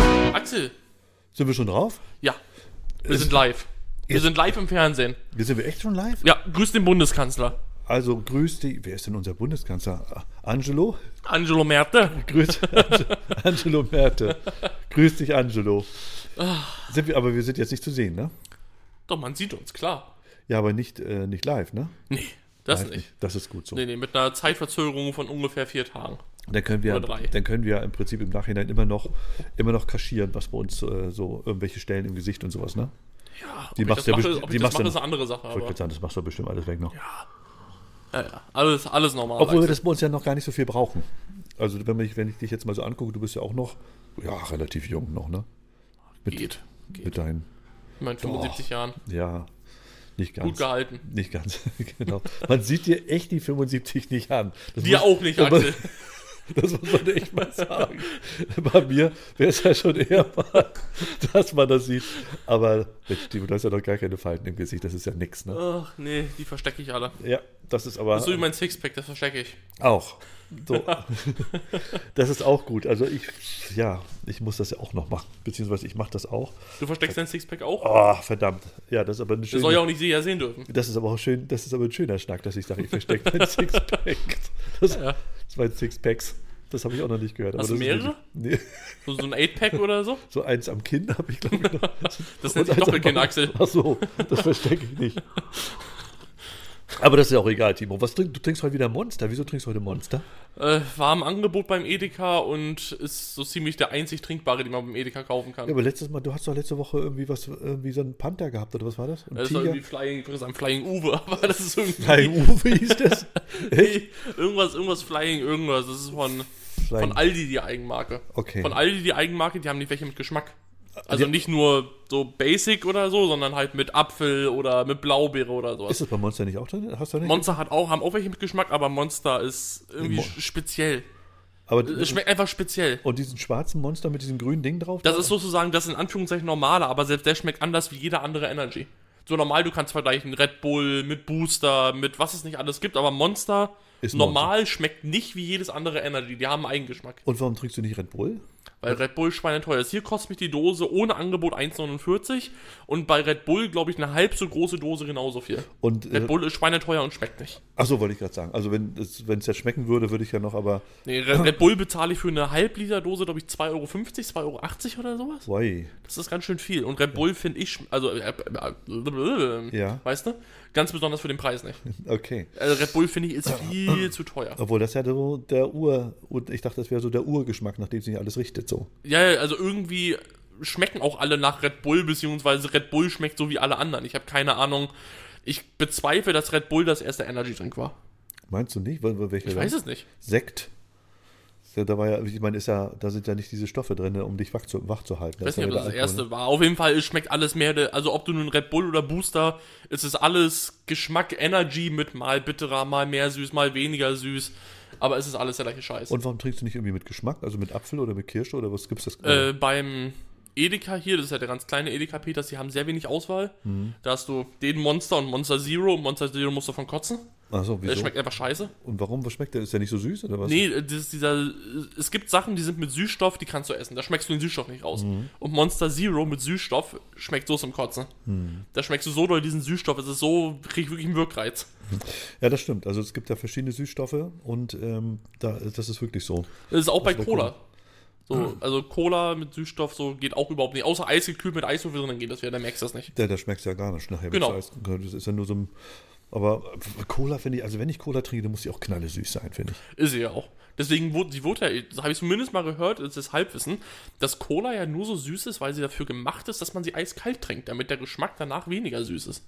Axel. Sind wir schon drauf? Ja, wir sind live. Wir sind live im Fernsehen. Jetzt sind wir echt schon live? Ja, grüß den Bundeskanzler. Also grüß die, wer ist denn unser Bundeskanzler? Angelo? Angelo Merte. Grüß Angelo Merte. Grüß dich, Angelo. Sind wir, aber wir sind jetzt nicht zu sehen, ne? Doch, man sieht uns, klar. Ja, aber nicht, äh, nicht live, ne? Nee, das Live nicht. Das ist gut so. Nee, nee, mit einer Zeitverzögerung von ungefähr vier Tagen. Dann können wir, Oder drei. dann können wir im Prinzip im Nachhinein immer noch, immer noch kaschieren, was bei uns äh, so irgendwelche Stellen im Gesicht und sowas, ne? Ja, Die ob machst ich das mache, ja best- ob die ich das machst mache ja- ist eine andere Sache. Ich wollte Aber, gerade sagen, das machst du bestimmt alles weg noch. ja, ja, alles, alles normal. Obwohl wir Axel. das bei uns ja noch gar nicht so viel brauchen. Also wenn ich, wenn ich dich jetzt mal so angucke, du bist ja auch noch, ja, relativ jung noch, ne? Mit, geht. geht. mit deinen, Ich meine, 75 Jahren. ja, nicht ganz. Gut gehalten. Nicht ganz, genau. Man sieht dir echt die 75 nicht an. Das Dir auch nicht, aber- Axel. Das muss man echt mal sagen. Bei mir wäre es ja schon eher mal, dass man das sieht. Aber Mensch, Timo, du hast ja noch gar keine Falten im Gesicht, das ist ja nix, ne? Ach, nee, die verstecke ich alle. Ja, das ist aber So wie mein Sixpack, das verstecke ich. auch. So. das ist auch gut. Also ich, ja, ich muss das ja auch noch machen. Beziehungsweise ich mache das auch. Du versteckst dein Sixpack auch? Oh, verdammt. Ja, das ist aber eine Das soll ja schöne, auch nicht jeder sehen dürfen. das ist aber auch schön, das ist aber ein schöner Schnack, dass ich sage, ich verstecke mein Sixpack. Das, Ja. das waren Sixpacks. Das habe ich auch noch nicht gehört. Hast aber du das ist mehrere? wirklich- Nee. So, so ein 8-Pack oder so? So eins am Kinn habe ich, glaube ich, noch. Das nennt Und sich eins am Doppelkinn, Bauch. Axel. Ach so, das verstecke ich nicht. Aber das ist ja auch egal, Timo. Was trink, du trinkst heute wieder Monster. Wieso trinkst du heute Monster? Äh, war im Angebot beim Edeka und ist so ziemlich der einzig trinkbare, den man beim Edeka kaufen kann. Ja, aber letztes Mal, du hast doch letzte Woche irgendwie was, irgendwie so einen Panther gehabt, oder was war das? Ein das war irgendwie Flying, ich würde sagen Flying Uwe, aber das ist irgendwie. Nein, Uwe hieß das. Echt? Irgendwas, irgendwas Flying, irgendwas. Das ist von, Flying. von Aldi die Eigenmarke. Okay. Von Aldi die Eigenmarke, die haben nicht welche mit Geschmack. Also Die- nicht nur so Basic oder so, sondern halt mit Apfel oder mit Blaubeere oder sowas. Ist das bei Monster nicht auch drin? Hast du nicht? Monster hat auch, haben auch welche mit Geschmack, aber Monster ist irgendwie Mo- sch- speziell. aber Es schmeckt einfach speziell. und diesen schwarzen Monster mit diesem grünen Ding drauf? Das ist sozusagen das in Anführungszeichen normale, aber selbst der schmeckt anders wie jeder andere Energy. So normal, du kannst vergleichen Red Bull mit Booster, mit was es nicht alles gibt, aber Monster Ist normal schmeckt nicht wie jedes andere Energy. Die haben einen Eigengeschmack. und warum trinkst du nicht Red Bull? Weil Red Bull schweineteuer ist. Hier kostet mich die Dose ohne Angebot 1,49 und bei Red Bull, glaube ich, eine halb so große Dose genauso viel. Und, Red äh, Bull ist schweineteuer und schmeckt nicht. achso, wollte ich gerade sagen. Also, wenn es wenn's jetzt schmecken würde, würde ich ja noch, aber. Nee, Red, Red Bull bezahle ich für eine Halbliter-Dose, glaube ich, 2,50 Euro, 2,80 Euro oder sowas. Wei. Das ist ganz schön viel. Und Red Bull finde ich, schm- also, äh, äh, äh, Ja. weißt du, ganz besonders für den Preis nicht. Okay. Also Red Bull finde ich ist viel zu teuer. Obwohl das ja Oh. so der Ur, Ur- ich dachte, das wäre so der Urgeschmack, nach dem sich alles richtet. So. Ja, ja, also irgendwie schmecken auch alle nach Red Bull, beziehungsweise Red Bull schmeckt so wie alle anderen. Ich habe keine Ahnung. Ich bezweifle, dass Red Bull das erste Energy-Drink war. Meinst du nicht? Wel- wel- Welcher Ich weiß es nicht. Sekt. Ist Ja, da war ja, ich meine, ist ja, da sind ja nicht diese Stoffe drin, um dich wach zu, wach zu halten. Ich weiß ist nicht, ob ja das das der Alkohol, ne? erste war. Auf jeden Fall es schmeckt alles mehr, de- also ob du nun Red Bull oder Booster, es ist alles Geschmack Energy mit mal bitterer, mal mehr süß, mal weniger süß. Aber es ist alles der gleiche Scheiß. Und warum trinkst du nicht irgendwie mit Geschmack? Also mit Apfel oder mit Kirsche oder was gibt's das? äh, beim Edeka hier, das ist ja der ganz kleine Edeka Peters, die haben sehr wenig Auswahl. Da hast du den Monster und Monster Zero. Monster Zero musst du von kotzen. Achso, Das wieso? schmeckt einfach scheiße. Und warum? Was schmeckt der? Ist der nicht so süß oder was? Nee, äh, das ist dieser, es gibt Sachen, die sind mit Süßstoff, die kannst du essen. Da schmeckst du den Süßstoff nicht raus. Und Monster Zero mit Süßstoff schmeckt so zum Kotzen. Da schmeckst du so doll diesen Süßstoff, es ist so, krieg wirklich einen Wirkreiz. Ja, das stimmt. Also es gibt ja verschiedene Süßstoffe und ähm, da, das ist wirklich so. Das ist auch bei war Cola. So, also Cola mit Süßstoff so geht auch überhaupt nicht. Außer eisgekühlt mit Eiswürfel drin, dann geht das wieder, dann merkst du das nicht. Ja, da schmeckt ja gar nicht nachher. Genau. wenn's heißt. Das ist ja nur so ein. Aber Cola finde ich, also wenn ich Cola trinke, dann muss die auch knalle süß sein, finde ich. Ist sie ja auch. Deswegen wurde, sie wurde ja, das habe ich zumindest mal gehört, das ist Halbwissen, dass Cola ja nur so süß ist, weil sie dafür gemacht ist, dass man sie eiskalt trinkt, damit der Geschmack danach weniger süß ist.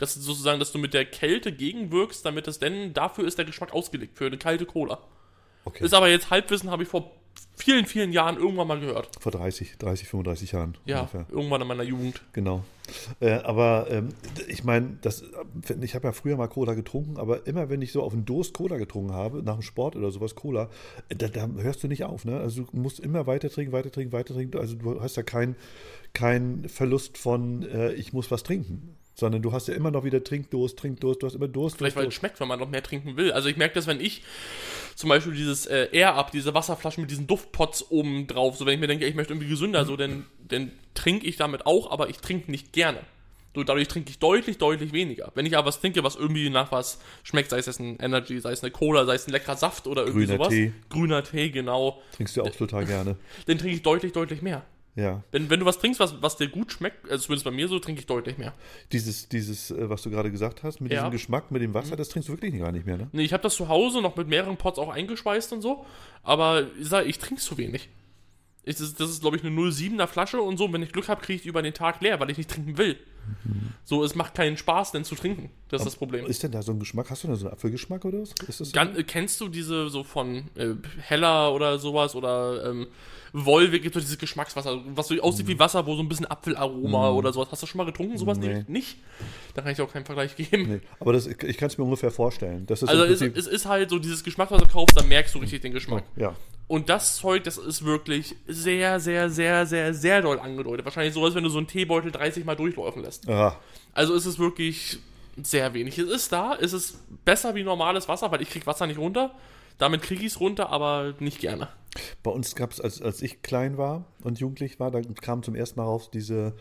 Das ist sozusagen, dass du mit der Kälte gegenwirkst, damit es denn, dafür ist der Geschmack ausgelegt, für eine kalte Cola. Okay. Ist aber jetzt Halbwissen, habe ich vor vielen, vielen Jahren irgendwann mal gehört. Vor 30, 30, 35 Jahren Ja, irgendwann in meiner Jugend. Genau. Äh, aber ähm, d- ich meine, das, äh, wenn- ich habe ja früher mal Cola getrunken, aber immer wenn ich so auf einen Durst Cola getrunken habe, nach dem Sport oder sowas Cola, äh, da, da hörst du nicht auf. Ne? Also du musst immer weiter trinken, weiter trinken, weiter trinken. Also du hast ja keinen kein Verlust von, äh, ich muss was trinken. Sondern du hast ja immer noch wieder Trinkdurst, Trinkdurst, du hast immer Durst. Vielleicht, weil es Durst, Durst. schmeckt, wenn man noch mehr trinken will. Also ich merke das, wenn ich zum Beispiel dieses äh, Air-Up, diese Wasserflaschen mit diesen Duftpots oben drauf. So, wenn ich mir denke, ich möchte irgendwie gesünder, so, dann, dann trinke ich damit auch, aber ich trinke nicht gerne. So, dadurch trinke ich deutlich, deutlich weniger. Wenn ich aber was trinke, was irgendwie nach was schmeckt, sei es jetzt ein Energy, sei es eine Cola, sei es ein leckerer Saft oder irgendwie Grüner sowas. Tee. Grüner Tee, genau. Trinkst du auch total gerne. Dann trinke ich deutlich, deutlich mehr. Ja. Wenn, wenn du was trinkst, was, was dir gut schmeckt, also zumindest bei mir so, trinke ich deutlich mehr. Dieses, dieses, äh, was du gerade gesagt hast, mit Ja. Mhm. diesem Geschmack, mit dem Wasser, das trinkst du wirklich gar nicht mehr, ne? Nee, ich habe das zu Hause noch mit mehreren Pots auch eingeschweißt und so, aber ich, sag, ich trinke zu wenig. Ich, das, das ist, glaube ich, eine 0,7er Flasche und so. Und wenn ich Glück habe, kriege ich die über den Tag leer, weil ich nicht trinken will. So, es macht keinen Spaß, denn zu trinken. Das ist das Problem. Ist denn da so ein Geschmack? Hast du da so einen Apfelgeschmack oder was? Ist das Gan äh, kennst du diese so von äh, Heller oder sowas oder ähm, Volvic gibt es dieses Geschmackswasser, was so aussieht wie Wasser, wo so ein bisschen Apfelaroma oder sowas. Hast du das schon mal getrunken? Sowas Mhm. Nee. nämlich nicht. Da kann ich dir auch keinen Vergleich geben. nee. Aber das, ich kann es mir ungefähr vorstellen. Das ist Also im es, Prinzip- es ist halt so dieses Geschmack, was du kaufst, dann merkst du richtig den Geschmack. ja. Und das Zeug, das ist wirklich sehr, sehr, sehr, sehr, sehr doll angedeutet. Wahrscheinlich sowas, wenn du so einen Teebeutel 30 Mal durchläufen lässt. Ah, Also ist es wirklich sehr wenig. Es ist da, es ist besser wie normales Wasser, weil ich krieg Wasser nicht runter. Damit krieg ich's runter, aber nicht gerne. Bei uns gab es, als, als ich klein war und jugendlich war, dann kam zum ersten Mal raus diese,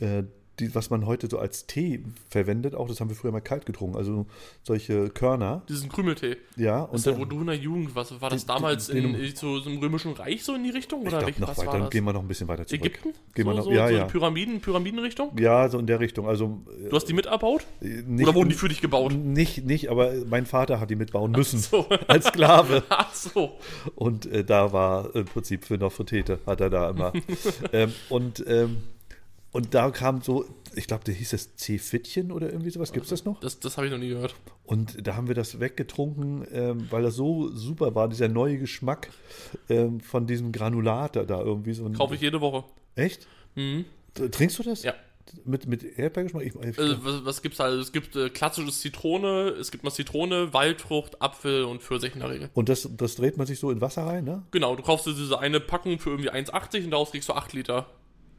äh, die, was man heute so als Tee verwendet, auch das haben wir früher mal kalt getrunken, also solche Körner, Diesen Krümeltee. ja. Und Aus der dann- Roduner Jugend, was war das Den- damals den- in, in, so, so im Römischen Reich so in die Richtung? ich Oder glaub, welch- noch was weiter, war das? gehen wir noch ein bisschen weiter zurück. Ägypten? Gehen wir so, noch, so, ja, so ja. Pyramiden, Pyramidenrichtung? Ja, so in der Richtung. Also, Du hast die miterbaut? äh, nicht, oder wurden die für dich gebaut? Nicht, nicht, aber mein Vater hat die mitbauen müssen. so. Als Sklave. Ach so. Und äh, da war im Prinzip für Nofretete, hat er da immer. ähm, und, ähm, und da kam so, ich glaube, der hieß das C-Fittchen oder irgendwie sowas. Gibt es das noch? Das, das habe ich noch nie gehört. Und da haben wir das weggetrunken, ähm, weil das so super war, dieser neue Geschmack ähm, von diesem Granulat da, da irgendwie. So ein- Kaufe ich jede Woche. Echt? Mhm. T- Trinkst du das? Ja. Mit, mit Erdbeergeschmack? Ich, ich, Also, was, was gibt's halt? Es gibt äh, klassisches Zitrone, es gibt mal Zitrone, Waldfrucht, Apfel und Pfirsich in der Regel. und das, das dreht man sich so in Wasser rein, ne? Genau, du kaufst dir diese eine Packung für irgendwie 1,80 und daraus kriegst du 8 Liter.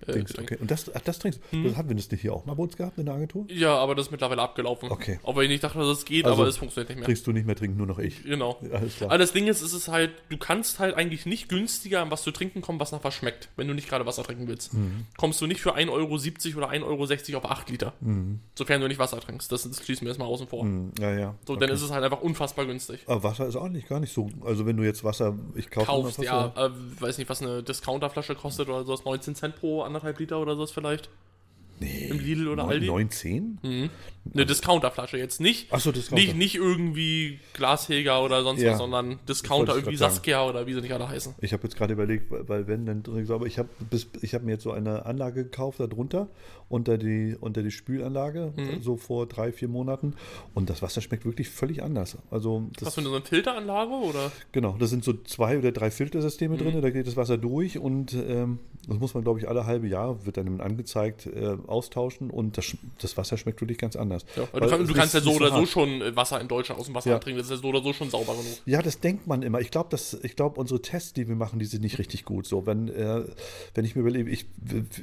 Äh, Trinkst, Getränk. Hm. okay. Und das, ach, das trinkst du. Das haben wir das nicht hier auch mal bei uns gehabt in der Agentur? Ja, aber das ist mittlerweile abgelaufen. Okay. Auch wenn ich nicht dachte, dass es geht, Also, aber es funktioniert nicht mehr. Trinkst du nicht mehr, trinken nur noch ich. Genau. Alles klar. Aber das Ding ist, es ist halt, du kannst halt eigentlich nicht günstiger an was zu trinken kommen, was nach was schmeckt, wenn du nicht gerade Wasser trinken willst. Mhm. Kommst du nicht für 1,70 Euro oder 1,60 Euro auf 8 Liter. Mhm. Sofern du nicht Wasser trinkst. Das, das schließen wir jetzt mal außen vor. Hm, Ja, ja. So, dann ist es halt einfach unfassbar günstig. Aber Wasser ist auch nicht gar nicht so. Also wenn du jetzt Wasser, ich kaufe immer kaufst, Wasser. ja, äh, weiß nicht, was eine Discounterflasche kostet oder sowas, 19 Cent pro anderthalb Liter oder sowas vielleicht. Nee. Im Lidl oder Neun- Aldi. 19? Eine Discounterflasche jetzt nicht. Achso, das Nicht, nicht irgendwie Glasheger oder sonst Ja. was, sondern Discounter wollte ich irgendwie grad sagen. Saskia oder wie sie nicht alle heißen. Ich habe jetzt gerade überlegt, weil weil wenn dann drin, aber ich habe bis ich habe mir jetzt so eine Anlage gekauft darunter unter die unter die Spülanlage Hm. so vor drei vier Monaten und das Wasser schmeckt wirklich völlig anders. Also das Hast du denn so eine Filteranlage oder? Genau, da sind so zwei oder drei Filtersysteme Hm. drin, da geht das Wasser durch und ähm, das muss man, glaube ich, alle halbe Jahr, wird dann angezeigt, äh, austauschen und das, sch- das Wasser schmeckt wirklich ganz anders. Ja, weil Genau, du, Weil kann, es du ist kannst ja so nicht oder so hart. schon äh, Wasser in Deutschland aus dem Wasser Ja. trinken, das ist ja so oder so schon sauber genug. Ja, das denkt man immer. Ich glaube, glaub, unsere Tests, die wir machen, die sind nicht richtig gut. So, wenn, äh, wenn ich mir überlege, ich,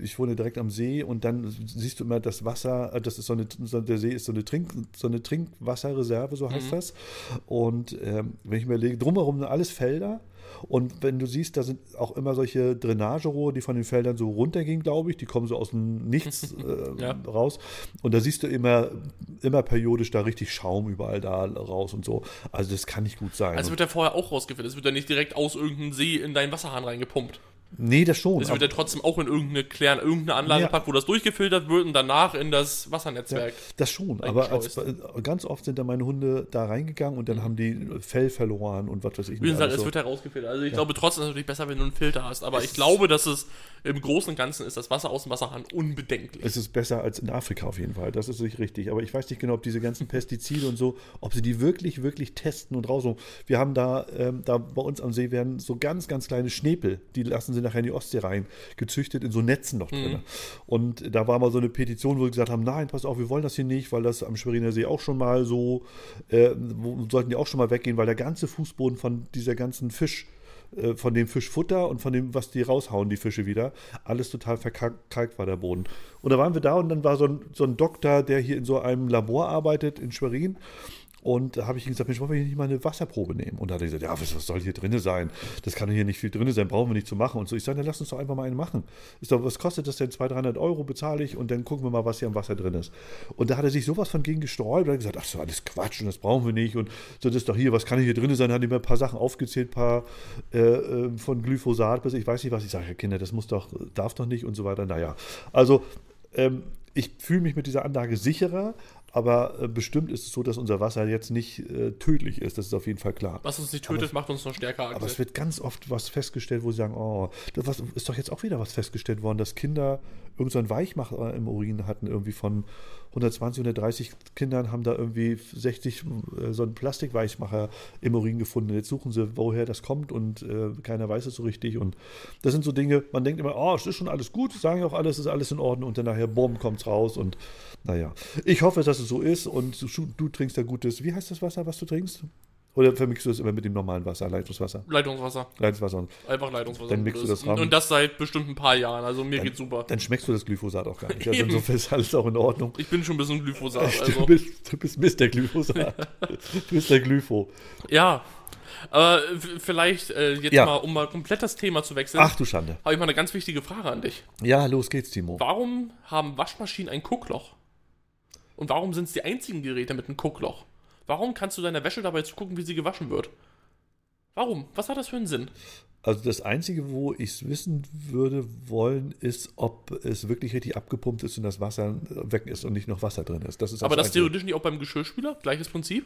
ich wohne direkt am See und dann siehst du immer das Wasser, äh, das ist so eine, so, der See ist so eine, Trink, so eine Trinkwasserreserve, so heißt das. Und ähm, wenn ich mir überlege, drumherum sind alles Felder. Und wenn du siehst, da sind auch immer solche Drainagerohre, die von den Feldern so runtergehen, glaube ich. Die kommen so aus dem Nichts äh, Ja. raus. Und da siehst du immer, immer periodisch da richtig Schaum überall da raus und so. Also das kann nicht gut sein. Also Und- wird ja vorher auch rausgefiltert. Es wird ja nicht direkt aus irgendeinem See in deinen Wasserhahn reingepumpt. nee, das schon. Es wird Aber, ja trotzdem auch in irgendeine, Klären, irgendeine Anlage Ja. gepackt, wo das durchgefiltert wird und danach in das Wassernetzwerk. das schon. Aber als, eingeschleust. ganz oft sind da meine Hunde da reingegangen und dann haben die Fell verloren und was weiß ich. Wie gesagt, alles es so. wird herausgefiltert. Also ich glaube trotzdem ist es natürlich besser, wenn du einen Filter hast. Aber ich glaube, dass es im Großen und Ganzen ist das Wasser aus dem Wasserhahn unbedenklich. Es ist besser als in Afrika auf jeden Fall. Das ist nicht richtig. Aber ich weiß nicht genau, ob diese ganzen Pestizide und so, ob sie die wirklich, wirklich testen und rausholen. Wir haben da, ähm, da bei uns am See werden so ganz, ganz kleine Schnepel, die lassen sie nachher in die Ostsee rein, gezüchtet in so Netzen noch drin. Und da war mal so eine Petition, wo wir gesagt haben, nein, pass auf, wir wollen das hier nicht, weil das am Schweriner See auch schon mal so, äh, wo, sollten die auch schon mal weggehen, weil der ganze Fußboden von dieser ganzen Fisch äh, von dem Fischfutter und von dem, was die raushauen, die Fische wieder. Alles total verkalkt war der Boden. Und da waren wir da und dann war so ein, so ein Doktor, der hier in so einem Labor arbeitet in Schwerin. Und da habe ich ihm gesagt, Mensch, wollen wir hier nicht mal eine Wasserprobe nehmen? Und da hat er gesagt, ja, was, was soll hier drin sein? Das kann doch hier nicht viel drin sein, brauchen wir nicht zu machen. Und so, ich sage, dann lass uns doch einfach mal einen machen. Ist doch, was kostet das denn? 200, 300 Euro bezahle ich und dann gucken wir mal, was hier am Wasser drin ist. Und da hat er sich sowas von gegen gesträubt und hat gesagt, ach so, alles Quatsch und das brauchen wir nicht. Und so, das ist doch hier, was kann hier drin sein? Hat ihm ein paar Sachen aufgezählt, ein paar äh, äh, von Glyphosat bis ich weiß nicht was. Ich sage, ja, Kinder, das muss doch, darf doch nicht und so weiter. Naja, also ähm, ich fühle mich mit dieser Anlage sicherer, aber äh, bestimmt ist es so, dass unser Wasser jetzt nicht äh, tödlich ist. Das ist auf jeden Fall klar. Was uns nicht tötet, aber, macht uns noch stärker. aber es wird ganz oft was festgestellt, wo sie sagen, oh, das was, ist doch jetzt auch wieder was festgestellt worden, dass Kinder irgendeinen so Weichmacher im Urin hatten, irgendwie von 120, 130 Kindern haben da irgendwie 60 äh, so einen Plastikweichmacher im Urin gefunden. Jetzt suchen sie, woher das kommt und äh, keiner weiß es so richtig. Und das sind so Dinge, man denkt immer, oh, es ist schon alles gut, sagen ja auch alles, ist alles in Ordnung und dann nachher, bumm, kommt's raus. Und naja, ich hoffe, dass es so ist und du, du trinkst da gutes, wie heißt das Wasser, was du trinkst? Oder vermixst du es immer mit dem normalen Wasser, Leitungswasser? Leitungswasser. Leitungswasser. Einfach Leitungswasser. Dann mixt du das und, ran. und das seit bestimmt ein paar Jahren. Also mir Dann- geht's super. Dann schmeckst du das Glyphosat auch gar nicht. Also Eben. insofern ist alles auch in Ordnung. Ich bin schon ein bisschen Glyphosat. Du Also, bist, du bist Mr. Glyphosat. Du bist der Glypho. ja. Aber äh, v- vielleicht äh, jetzt Ja. mal, um mal komplett das Thema zu wechseln, Ach du Schande. habe ich mal eine ganz wichtige Frage an dich. Ja, los geht's, Timo. Warum haben Waschmaschinen ein Guckloch? Und warum sind es die einzigen Geräte mit einem Guckloch? Warum kannst du deiner Wäsche dabei zugucken, wie sie gewaschen wird? Warum? Was hat das für einen Sinn? Also das Einzige, wo ich es wissen würde wollen, ist, ob es wirklich richtig abgepumpt ist und das Wasser weg ist und nicht noch Wasser drin ist. Das ist Aber das Einzige. theoretisch nicht auch beim Geschirrspüler? Gleiches Prinzip?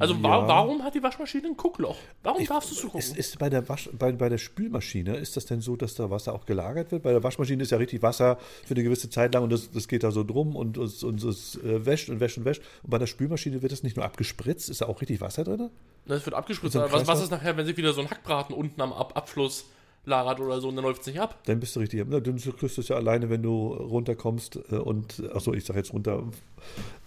Also Ja. wa warum hat die Waschmaschine ein Guckloch? Warum Ich- darfst du zugucken? Es ist bei der, Wasch, bei, bei der Spülmaschine, ist das denn so, dass da Wasser auch gelagert wird? Bei der Waschmaschine ist ja richtig Wasser für eine gewisse Zeit lang und das, das geht da so drum und es und, es, äh, wäscht und wäscht und wäscht. Und bei der Spülmaschine wird das nicht nur abgespritzt, ist da auch richtig Wasser drin? das wird abgespritzt. so ein aber Was, was Kreislauf? ist nachher, wenn sich wieder so ein Hackbraten unten am Ab Abfluss lagert oder so und dann läuft es nicht ab? Dann bist du richtig. Na, dann kriegst du es ja alleine, wenn du runterkommst äh, und, achso, ich sag jetzt runter,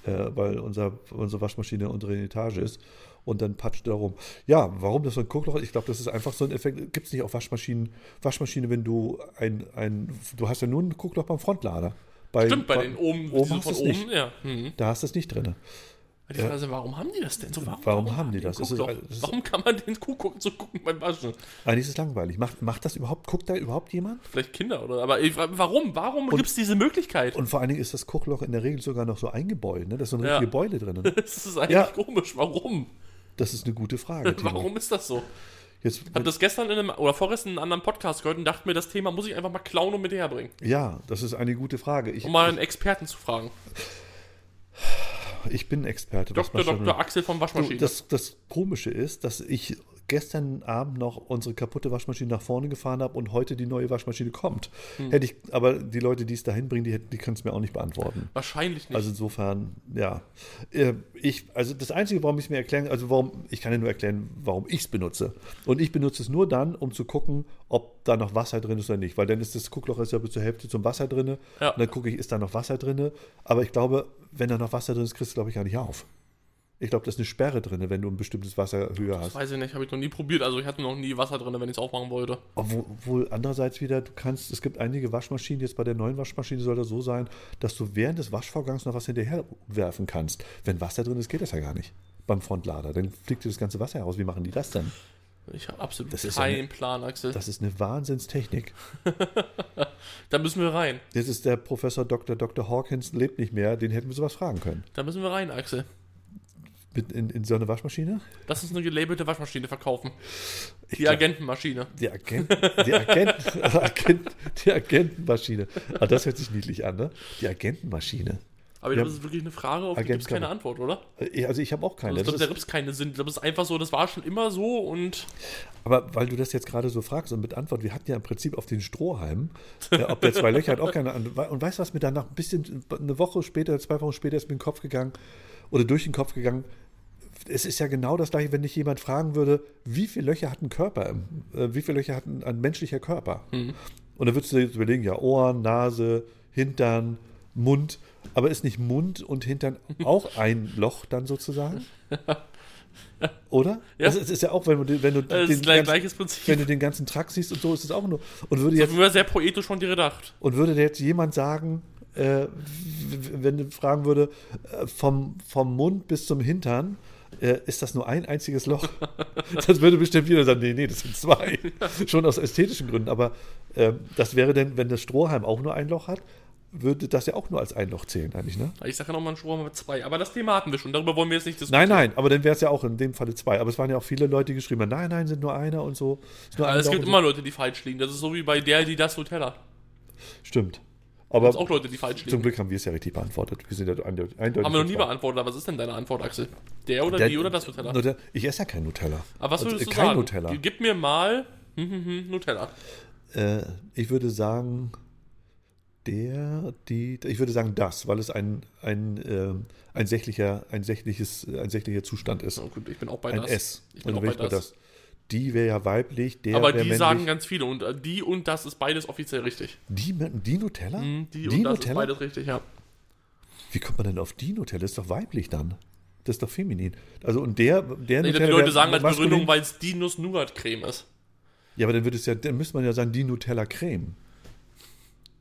äh, weil unser, unsere Waschmaschine in der unteren Etage ist und dann patscht da rum. Ja, warum das so ein Guckloch? ist? Ich glaube, das ist einfach so ein Effekt. Gibt es nicht auch Waschmaschinen, Waschmaschine, wenn du ein, ein, du hast ja nur ein Guckloch beim Frontlader. Bei, Stimmt, bei den oben, oben diese hast von du's oben, nicht. ja. Hm. Da hast du es nicht drin. Die Frage ist, warum haben die das denn so? Warum, Warum haben die das? ein Das ist- Guckloch? das ist- warum kann man den Kuckuck so gucken beim Waschen? Eigentlich ist es langweilig. Macht, macht das überhaupt, guckt da überhaupt jemand? Vielleicht Kinder oder aber ich, frage, warum? Warum gibt es diese Möglichkeit? Und vor allen Dingen ist das Guckloch in der Regel sogar noch so eingebeult. Ne? Da ist so eine Ja. richtige Beule drin. Ne? Das ist eigentlich Ja. komisch. Warum? Das ist eine gute Frage. Timo. Warum Also ist das so? Jetzt, Hab das gestern in einem, oder vorgestern in einem anderen Podcast gehört und dachte mir, das Thema muss ich einfach mal klauen und mit herbringen. ja, das ist eine gute Frage. Ich, Um mal einen Experten zu fragen. Ich bin Experte. was Dr. Maschinen- Dr. Axel von Du, Waschmaschine. das, das Komische ist, dass ich gestern Abend noch unsere kaputte Waschmaschine nach vorne gefahren habe und heute die neue Waschmaschine kommt. Hätte ich, aber die Leute, die es dahin bringen, die, hätten- die können es mir auch nicht beantworten. Wahrscheinlich nicht. Also insofern, ja. Äh, Ich, also das Einzige, warum ich es mir erklären, also warum, ich kann ja nur erklären, warum ich es benutze. Und ich benutze es nur dann, um zu gucken, ob da noch Wasser drin ist oder nicht. Weil dann ist das Guckloch ist ja bis zur Hälfte zum Wasser drin. Ja. Und dann gucke ich, ist da noch Wasser drin. Aber ich glaube, wenn da noch Wasser drin ist, kriegst du, glaube ich, gar nicht auf. Ich glaube, da ist eine Sperre drin, wenn du ein bestimmtes Wasser höher hast. das weiß ich nicht, habe ich noch nie probiert. Also ich hatte noch nie Wasser drin, wenn ich es aufmachen wollte. Obwohl, obwohl andererseits wieder, du kannst, es gibt einige Waschmaschinen, jetzt bei der neuen Waschmaschine soll das so sein, dass du während des Waschvorgangs noch was hinterherwerfen kannst. Wenn Wasser drin ist, geht das ja gar nicht. Beim Frontlader. Dann fliegt dir das ganze Wasser heraus. Wie machen die das dann? Ich habe absolut Das ist keinen eine- Plan, Axel. Das ist eine Wahnsinnstechnik. Da müssen wir rein. Jetzt ist der Professor Dr. Dr. Hawkins lebt nicht mehr, den hätten wir sowas fragen können. Da müssen wir rein, Axel. Mit in, in so eine Waschmaschine? Lass uns eine gelabelte Waschmaschine verkaufen. Ich Die glaub- Agentenmaschine. Die, Agent, die, Agent, Agent, die Agentenmaschine. Ah, das hört sich niedlich an, ne? Die Agentenmaschine. Aber ich glaube, Ja. das ist wirklich eine Frage, auf die gibt es Agenten- keine Antwort, oder? Äh, Also ich habe auch keine. Also ich Das glaube, ist- da gibt es keinen Sinn. Ich glaube, es ist einfach so, das war schon immer so und Aber weil du das jetzt gerade so fragst und mit Antwort, wir hatten ja im Prinzip auf den Strohhalm, äh, ob der zwei Löcher hat, auch keine Ahnung. Und weißt du, was mir danach ein bisschen, eine Woche später, zwei Wochen später ist mir in den Kopf gegangen oder durch den Kopf gegangen, es ist ja genau das gleiche, wenn dich jemand fragen würde, wie viele Löcher hat ein Körper, im- äh, wie viele Löcher hat ein, ein menschlicher Körper? Mhm. Und dann würdest du dir jetzt überlegen, ja, Ohren, Nase, Hintern, Mund. Aber ist nicht Mund und Hintern auch ein Loch dann sozusagen? Oder? Ja. Das ist, ist ja auch, wenn du, wenn du äh, es den ist gleich, ganzen- gleiches wenn Prinzip. du den ganzen Trakt siehst und so ist es auch nur. Und würde Das jetzt, haben wir sehr poetisch von dir gedacht. und würde jetzt jemand sagen, äh, wenn du fragen würde, äh, vom, vom Mund bis zum Hintern, äh, ist das nur ein einziges Loch? das würde bestimmt jeder sagen, nee, nee, das sind zwei. Schon aus ästhetischen Gründen, aber ähm, das wäre denn, wenn das Strohhalm auch nur ein Loch hat, würde das ja auch nur als ein Loch zählen, eigentlich, ne? Ich sage ja nochmal einen Strohhalm mit zwei. Aber das Thema hatten wir schon. Darüber wollen wir jetzt nicht Nein, nein, aber dann wäre es ja auch in dem Falle zwei. Aber es waren ja auch viele Leute, die geschrieben haben, nein, nein, sind nur einer und so. Ist nur Aber ein Also, es Loch gibt und so. immer Leute, die falsch liegen. Das ist so wie bei der, die das Nutella. Stimmt. Es Aber gibt auch Leute, die falsch zum liegen. Glück haben wir es ja richtig beantwortet. Wir sind ja eindeutig. eindeutig Haben wir noch nie dabei. beantwortet. Aber was ist denn deine Antwort, Axel? Der oder Der- die oder das Nutella? Nutella. Ich esse ja kein Nutella. Aber was Also, würdest äh, du kein sagen? Nutella. Gib mir mal hm, hm, hm, Nutella. Äh, ich würde sagen, der, die, ich würde sagen das, weil es ein, ein, ähm, ein sächlicher, ein sächliches, ein sächlicher Zustand ist. Na gut, ich bin auch bei Ein das. S. Ich bin Und auch dann bei bin ich das. Die wäre ja weiblich, der Aber wäre die männlich. sagen ganz viele. Und äh, die und das ist beides offiziell richtig. die, die Nutella? Hm, Die, die und das ist Nutella? beides richtig, ja. Wie kommt man denn auf die Nutella? Ist doch weiblich dann. Das ist doch feminin. Also und der, der Nee, die Nutella. Leute wär sagen als maskulin. Begründung, weil es die Nuss-Nougat-Creme ist. Ja, aber dann würde es ja, dann müsste man ja sagen, die Nutella Creme.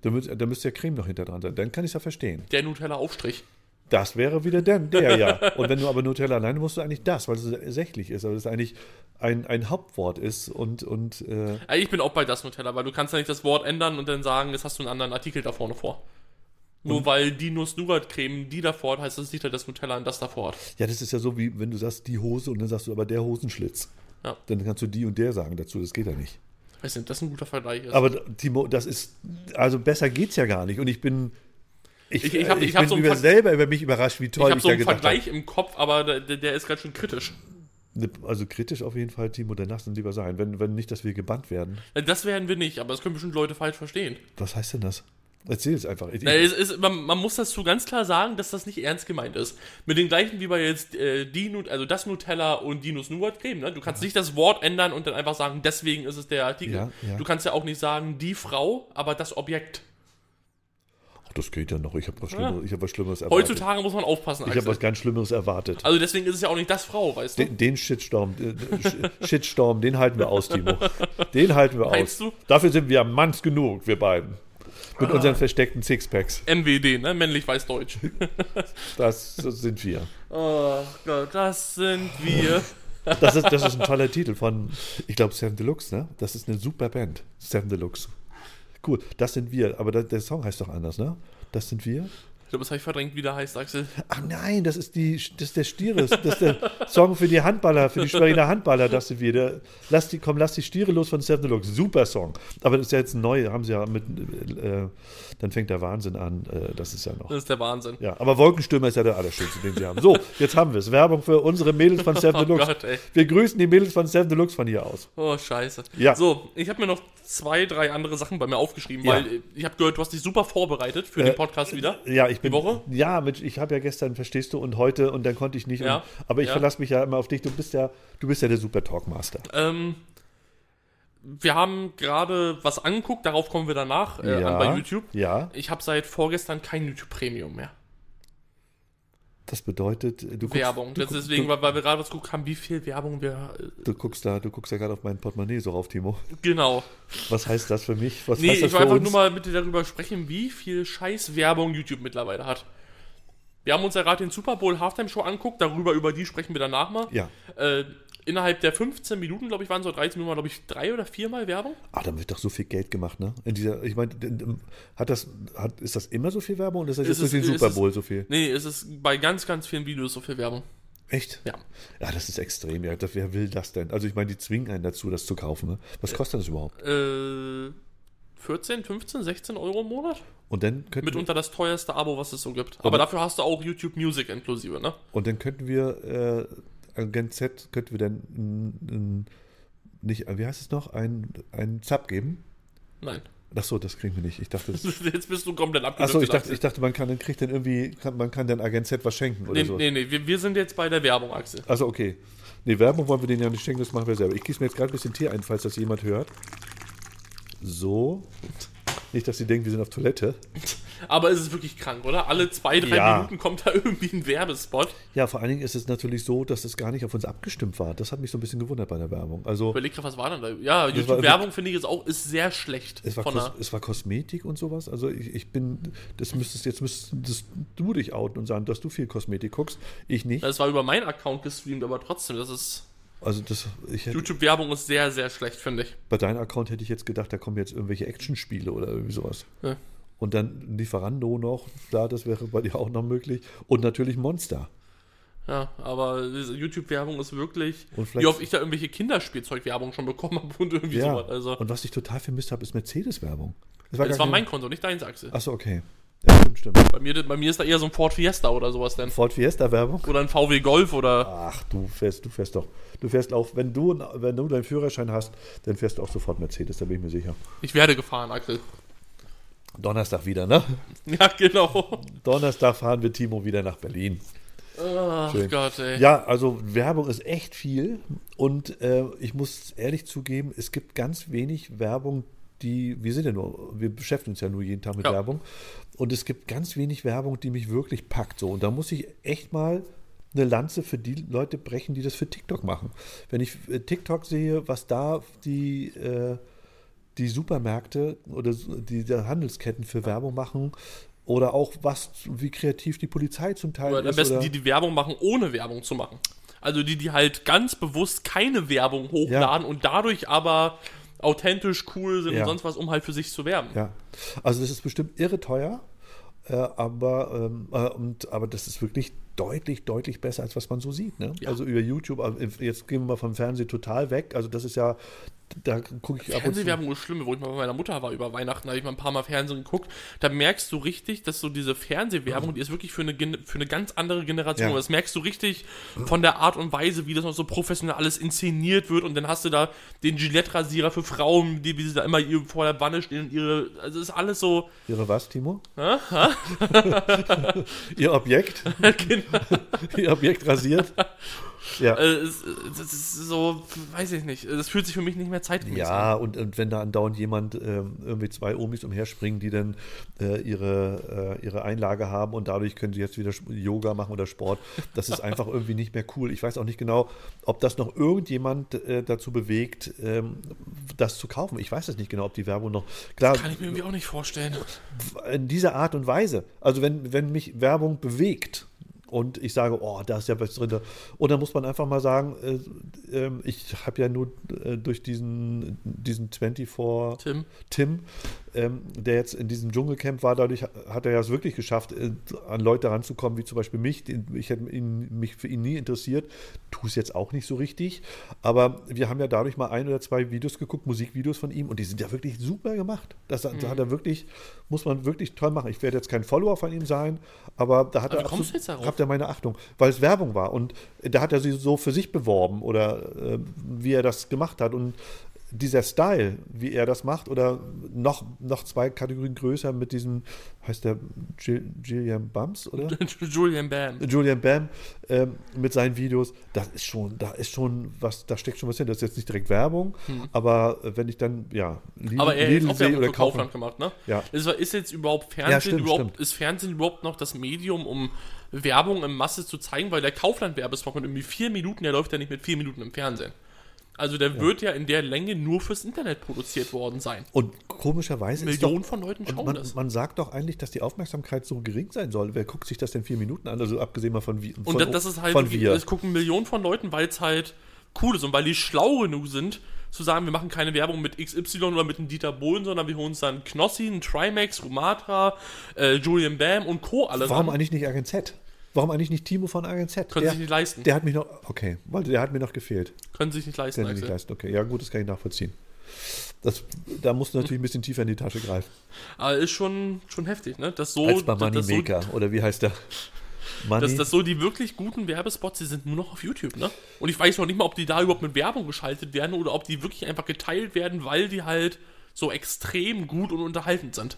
Da, müsst- da müsste ja Creme noch hinter dran sein. Dann kann ich es ja verstehen. Der Nutella-Aufstrich. Das wäre wieder der, der ja. Und wenn du aber Nutella alleine musst du eigentlich das, weil es sächlich ist, aber es eigentlich ein, ein Hauptwort ist und, und äh, Ja, Ich bin auch bei das Nutella, weil du kannst ja nicht das Wort ändern und dann sagen, jetzt hast du einen anderen Artikel da vorne vor. Nur weil die Nuss-Nougat-Creme, die davor hat, heißt das nicht, dass das Nutella und das davor hat. ja, das ist ja so wie wenn du sagst die Hose und dann sagst du aber der Hosenschlitz. Ja. Dann kannst du die und der sagen dazu, das geht ja nicht. Ich weiß nicht, ob das ein guter Vergleich ist. Aber Timo, das ist, also besser geht's ja gar nicht. Und ich bin, ich, äh, Ich- ich, ich hab- ich hab bin so einen über Ver- selber über mich überrascht, wie ich toll ich, habe so da einen gedacht habe. Vergleich im Kopf, aber der, der- der ist ganz schön kritisch. Ne, Also kritisch auf jeden Fall, Timo, danach sind lieber sein. Wenn, wenn nicht, dass wir gebannt werden. Äh, Das werden wir nicht, aber das können bestimmt Leute falsch verstehen. Was heißt denn das? Erzähl es einfach. Ich, Na, es ist, man, man muss dazu ganz klar sagen, dass das nicht ernst gemeint ist. Mit den gleichen wie bei jetzt äh, die Nut also das Nutella und die Nuss-Nougat-Creme. Ne? Du kannst nicht das Wort ändern und dann einfach sagen, deswegen ist es der Artikel. Ja, ja. Du kannst ja auch nicht sagen, die Frau, aber das Objekt. ach, das geht ja noch. Ich habe was, Schlimmeres- ich hab was Schlimmeres erwartet. Heutzutage muss man aufpassen, ich habe was ganz Schlimmeres erwartet. Also deswegen ist es ja auch nicht das Frau, weißt du? Den, den Shitstorm, äh, Sh- Shitstorm, den halten wir aus, Timo. Den halten wir Meinst aus. du? Ah. Dafür sind wir Manns genug, wir beiden. Mit unseren versteckten Sixpacks. MWD, ne? Männlich weiß Deutsch. Das, das sind wir. oh Gott, das sind wir. Das ist, das ist ein toller Titel von, ich glaube, Seven Deluxe, ne? Das ist eine super Band. Seven Deluxe. Cool, das sind wir. Aber da, der Song heißt doch anders, ne? Das sind wir. Ich glaube, das habe ich verdrängt, wie der heißt, Axel. Ach nein, das ist, die, das ist der Stieres. Das ist der Song für die Handballer, für die Schweriner Handballer. Das sind wir. Der, lass die, komm, lass die Stiere los von Seven Deluxe. Super Song. Aber das ist ja jetzt neu. Haben sie ja mit. Äh, dann fängt der Wahnsinn an. Äh, das ist ja noch. Das ist der Wahnsinn. Ja, aber Wolkenstürmer ist ja der allerschönste, den sie haben. So, jetzt haben wir es. Werbung für unsere Mädels von Seven Oh Deluxe. Gott, ey. wir grüßen die Mädels von Seven Deluxe von hier aus. Oh, scheiße. Ja. So, ich habe mir noch zwei, drei andere Sachen bei mir aufgeschrieben, Ja. Äh. weil äh, ich habe gehört, du hast dich super vorbereitet für den Podcast wieder. Ja, ich bin. Die Woche? Ja, mit, ich habe ja gestern, verstehst du, und heute und dann konnte ich nicht. Ja, Und, aber ich ja. verlasse mich ja immer auf dich. Du bist ja, du bist ja der Super Talkmaster. Ähm, wir haben gerade was angeguckt, darauf kommen wir danach äh, ja, an bei YouTube. Ja, Ich habe seit vorgestern kein YouTube Premium mehr. das bedeutet, du guckst, Werbung. Du, Das guckst- ist deswegen, weil, weil wir gerade was geguckt haben, wie viel Werbung wir. äh, du, du guckst da, du guckst ja gerade auf mein Portemonnaie so rauf, Timo. Genau. Was heißt das für mich? Was Nee, heißt das ich will einfach uns? nur mal mit dir darüber sprechen, wie viel scheiß Werbung YouTube mittlerweile hat. Wir haben uns ja gerade den Super Bowl Halftime Show anguckt, darüber, über die sprechen wir danach mal. Ja. Äh, innerhalb der 15 Minuten, glaube ich, waren so 13 Minuten, glaube ich, drei oder viermal Werbung. Ah, da wird doch so viel Geld gemacht, ne? In dieser, ich meine, d- d- hat das, hat, ist das immer so viel Werbung oder ist das Ist jetzt durch es- den ist Super es- Bowl so viel? Nee, es ist bei ganz, ganz vielen Videos so viel Werbung. Echt? Ja. Ja, das ist extrem. Ja, das, wer will das denn? Also ich meine, die zwingen einen dazu, das zu kaufen. Ne? Was kostet das überhaupt? Äh, 14, 15, 16 Euro im Monat? Und dann könnten wir- Mitunter das teuerste Abo, was es so gibt. Aber Aber- dafür hast du auch YouTube Music inklusive, ne? Und dann könnten wir, äh, an Gen Z könnten wir dann n, n, nicht, wie heißt es noch, ein, ein Zap geben? Nein. Achso, das kriegen wir nicht. Ich dachte, das, Jetzt bist du komplett abgedriftet. achso, ich dachte, Axel. ich dachte, man kann dann kriegt dann irgendwie, kann, man kann dann Agent Z was schenken oder Nee, so. nee, nee, wir, wir sind jetzt bei der Werbung, Axel. Also okay. Nee, Werbung wollen wir denen ja nicht schenken, das machen wir selber. Ich gieße mir jetzt gerade ein bisschen Tee ein, falls das jemand hört. So. Nicht, dass sie denken, wir sind auf Toilette. Aber es ist wirklich krank, oder? Alle zwei, drei Ja. Minuten kommt da irgendwie ein Werbespot. Ja, vor allen Dingen ist es natürlich so, dass es gar nicht auf uns abgestimmt war. Das hat mich so ein bisschen gewundert bei der Werbung. Also Überleg grad, was war denn da? Ja, war YouTube-Werbung finde ich jetzt auch ist sehr schlecht. es war, von Kos der, es war Kosmetik und sowas. Also ich, ich bin, das müsstest jetzt müsstest du dich outen und sagen, dass du viel Kosmetik guckst. Ich nicht. das war über meinen Account gestreamt, aber trotzdem, das ist. Also das, ich hätte, YouTube-Werbung ist sehr, sehr schlecht, finde ich. bei deinem Account hätte ich jetzt gedacht, da kommen jetzt irgendwelche Actionspiele oder irgendwie sowas. Ja. Und dann Lieferando noch, da, das wäre bei dir auch noch möglich. Und natürlich Monster. Ja, aber diese YouTube-Werbung ist wirklich. Und vielleicht- Wie oft ich da irgendwelche Kinderspielzeug-Werbung schon bekommen habe und irgendwie Ja. sowas. Also, Und was ich total vermisst habe, ist Mercedes-Werbung. das war mein kein- Konto, nicht deins, Axel. Achso, okay. Ja, stimmt, stimmt. Bei mir, bei mir ist da eher so ein Ford Fiesta oder sowas denn. Ford Fiesta-Werbung. Oder ein VW Golf oder. Ach, du fährst, du fährst doch. Du fährst auch, wenn du, wenn du deinen Führerschein hast, dann fährst du auch sofort Mercedes, da bin ich mir sicher. Ich werde gefahren, Axel. Donnerstag wieder, ne? Ja, genau. Donnerstag fahren wir Timo wieder nach Berlin. Ach Schön. Gott, ey. Ja, also Werbung ist echt viel und äh, ich muss ehrlich zugeben, es gibt ganz wenig Werbung, die, wir sind ja nur, wir beschäftigen uns ja nur jeden Tag mit Ja. Werbung und es gibt ganz wenig Werbung, die mich wirklich packt so und da muss ich echt mal eine Lanze für die Leute brechen, die das für TikTok machen. Wenn ich äh, TikTok sehe, was da die äh, die Supermärkte oder so- die, die Handelsketten für Werbung machen oder auch was, wie kreativ die Polizei zum Teil Oder am ist. besten oder die, die Werbung machen, ohne Werbung zu machen. Also die, die halt ganz bewusst keine Werbung hochladen und dadurch aber authentisch cool sind Ja. und sonst was, um halt für sich zu werben. Ja, also das ist bestimmt irre teuer, äh, aber, ähm, äh, und, aber das ist wirklich deutlich, deutlich besser, als was man so sieht. Ne? Also über YouTube, aber jetzt gehen wir mal vom Fernsehen total weg. Also das ist ja, da gucke ich ab und zu. Fernsehwerbung ist schlimm, wo ich mal bei meiner Mutter war über Weihnachten, da habe ich mal ein paar Mal Fernsehen geguckt. Da merkst du richtig, dass so diese Fernsehwerbung, die ist wirklich für eine, Gen- für eine ganz andere Generation. Ja. Aber Das merkst du richtig von der Art und Weise, wie das noch so professionell alles inszeniert wird. Und dann hast du da den Gillette-Rasierer für Frauen, die wie sie da immer ihr- vor der Wanne stehen und ihre. Also es ist alles so. Ihre was, Timo? Hä? Ihr Objekt? Genau. Ihr Objekt rasiert? Ja. Äh, es- Das ist so, weiß ich nicht. Das fühlt sich für mich nicht mehr zeitgemäß an. Ja, und, und wenn da andauernd jemand, ähm, irgendwie zwei Omis umherspringen, die dann äh, ihre, äh, ihre Einlage haben und dadurch können sie jetzt wieder Sp- Yoga machen oder Sport, das ist einfach irgendwie nicht mehr cool. Ich weiß auch nicht genau, ob das noch irgendjemand äh, dazu bewegt, ähm, das zu kaufen. Ich weiß es nicht genau, ob die Werbung noch. Klar, Kann ich mir irgendwie auch nicht vorstellen. in dieser Art und Weise. Also wenn, wenn mich Werbung bewegt und ich sage, oh, da ist ja was drin. Und dann muss man einfach mal sagen, äh, ähm, ich habe ja nur äh, durch diesen, diesen 24 Tim. Tim, ähm, der jetzt in diesem Dschungelcamp war, dadurch hat er ja es wirklich geschafft, äh, an Leute ranzukommen, wie zum Beispiel mich. Den- Ich hätte ihn, mich für ihn nie interessiert. Tu es jetzt auch nicht so richtig. Aber wir haben ja dadurch mal ein oder zwei Videos geguckt, Musikvideos von ihm, und die sind ja wirklich super gemacht. Das, da hat Mhm. er wirklich, muss man wirklich toll machen. Ich werde jetzt kein Follower von ihm sein, aber da hat Aber er wie kommst absolut- du jetzt darauf? hat er meine Achtung, weil es Werbung war und da hat er sie so für sich beworben oder äh, wie er das gemacht hat und dieser Style, wie er das macht oder noch, noch zwei Kategorien größer mit diesem, heißt der Gil- Gillian Bums oder? Julian Bam. Julian Bam ähm, mit seinen Videos, das ist schon, da ist schon was, da steckt schon was hin. Das ist jetzt nicht direkt Werbung, aber äh, wenn ich dann, ja, Lidl, Hm. Aber er hat Lidl auch sehe Werbung oder für kaufe, Kaufland gemacht, ne? Ja. Ist, ist jetzt überhaupt Fernsehen, Ja, stimmt, überhaupt, stimmt. ist Fernsehen überhaupt noch das Medium, um Werbung in Masse zu zeigen? Weil der Kaufland-Werbespot mit irgendwie vier Minuten, der läuft ja nicht mit vier Minuten im Fernsehen. Also der wird ja in der Länge nur fürs Internet produziert worden sein. und komischerweise ist doch Millionen von Leuten Und schauen man, das. man sagt doch eigentlich, dass die Aufmerksamkeit so gering sein soll. Wer guckt sich das denn vier Minuten an? Also abgesehen mal von wie von, Und das, das ist halt, von wirklich- wir. das gucken Millionen von Leuten, weil es halt cool ist und weil die schlau genug sind, zu sagen, wir machen keine Werbung mit XY oder mit einem Dieter Bohlen, sondern wir holen uns dann Knossi, einen Trimax, Rumatra, äh, Julian Bam und Co. alle Warum ran. eigentlich nicht AGNZ? Warum eigentlich nicht Timo von AGNZ? Können der, sie sich nicht leisten. der hat mich noch, okay, weil der hat mir noch gefehlt. Können sich nicht leisten, Kann ich nicht Axel. leisten. Okay, ja gut, das kann ich nachvollziehen. Das, da musst du natürlich ein bisschen tiefer in die Tasche greifen. Aber ist schon, schon heftig, ne? Dass so, Als bei dass, dass, so Moneymaker oder wie heißt der? Money. dass, dass so die wirklich guten Werbespots, die sind nur noch auf YouTube, ne? Und ich weiß noch nicht mal, ob die da überhaupt mit Werbung geschaltet werden oder ob die wirklich einfach geteilt werden, weil die halt so extrem gut und unterhaltend sind.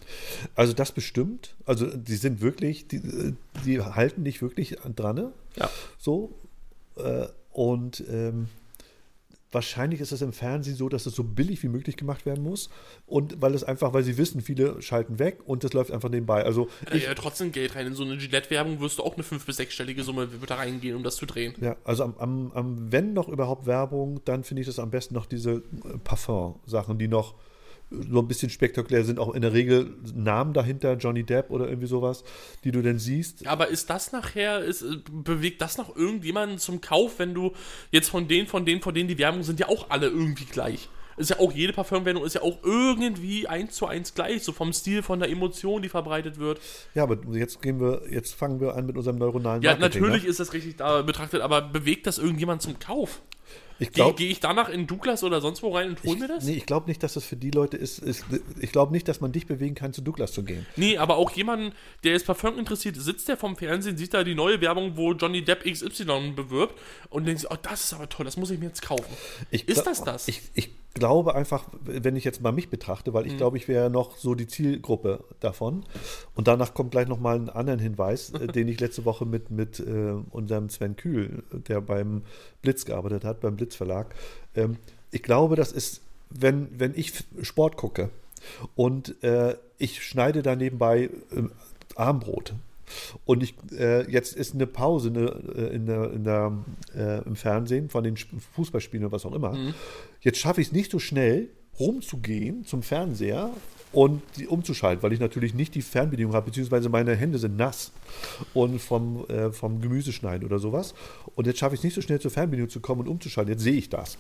also das bestimmt. Also die sind wirklich, die, die halten dich wirklich dran. Ne? Ja. So. Äh, und ähm, Wahrscheinlich ist das im Fernsehen so, dass es das so billig wie möglich gemacht werden muss. Und weil es einfach, weil sie wissen, viele schalten weg und das läuft einfach nebenbei. Also Da geht ja Äh, trotzdem Geld rein. In so eine Gillette-Werbung wirst du auch eine 5- bis 6-stellige Summe wird da reingehen, um das zu drehen. Ja, also am, am, am, wenn noch überhaupt Werbung, dann finde ich das am besten noch diese äh, Parfum-Sachen, die noch äh, so ein bisschen spektakulär sind, auch in der Regel Namen dahinter, Johnny Depp oder irgendwie sowas, die du dann siehst. Aber ist das nachher, ist, äh, bewegt das noch irgendjemanden zum Kauf, wenn du jetzt von denen, von denen, von denen die Werbung sind ja auch alle irgendwie gleich. Ist ja auch jede Parfümwerbung ist ja auch irgendwie eins zu eins gleich, so vom Stil, von der Emotion, die verbreitet wird. Ja, aber jetzt gehen wir, jetzt fangen wir an mit unserem neuronalen Ja, Marketing, natürlich ne? ist das richtig da betrachtet, aber bewegt das irgendjemand zum Kauf? Ich Gehe glaube, geh ich danach in Douglas oder sonst wo rein und hol mir das? nee, ich glaube nicht, dass das für die Leute ist. ist ich glaube nicht, dass man dich bewegen kann, zu Douglas zu gehen. Nee, aber auch jemanden, der ist Parfum interessiert, sitzt der vom Fernsehen, sieht da die neue Werbung, wo Johnny Depp XY bewirbt und denkt sich, oh, das ist aber toll, das muss ich mir jetzt kaufen. Ich Ist gla- das das? Ich, ich glaube einfach, wenn ich jetzt mal mich betrachte, Hm. weil ich glaube, ich wäre noch so die Zielgruppe davon. Und danach kommt gleich nochmal einen anderen Hinweis, äh, den ich letzte Woche mit, mit äh, unserem Sven Kühl, der beim Blitz gearbeitet hat, beim Blitz Verlag. Ähm, ich glaube, das ist, wenn, wenn ich F- Sport gucke und äh, ich schneide da nebenbei ähm, Armbrot. Und ich, äh, jetzt ist eine Pause ne, äh, in der, in der, äh, im Fernsehen von den Sp- Fußballspielen oder was auch immer. Mhm. Jetzt schaffe ich es nicht so schnell, rumzugehen zum Fernseher und die umzuschalten, weil ich natürlich nicht die Fernbedienung habe, beziehungsweise meine Hände sind nass und vom, äh, vom Gemüseschneiden oder sowas. Und jetzt schaffe ich es nicht so schnell zur Fernbedienung zu kommen und umzuschalten. Jetzt sehe ich das.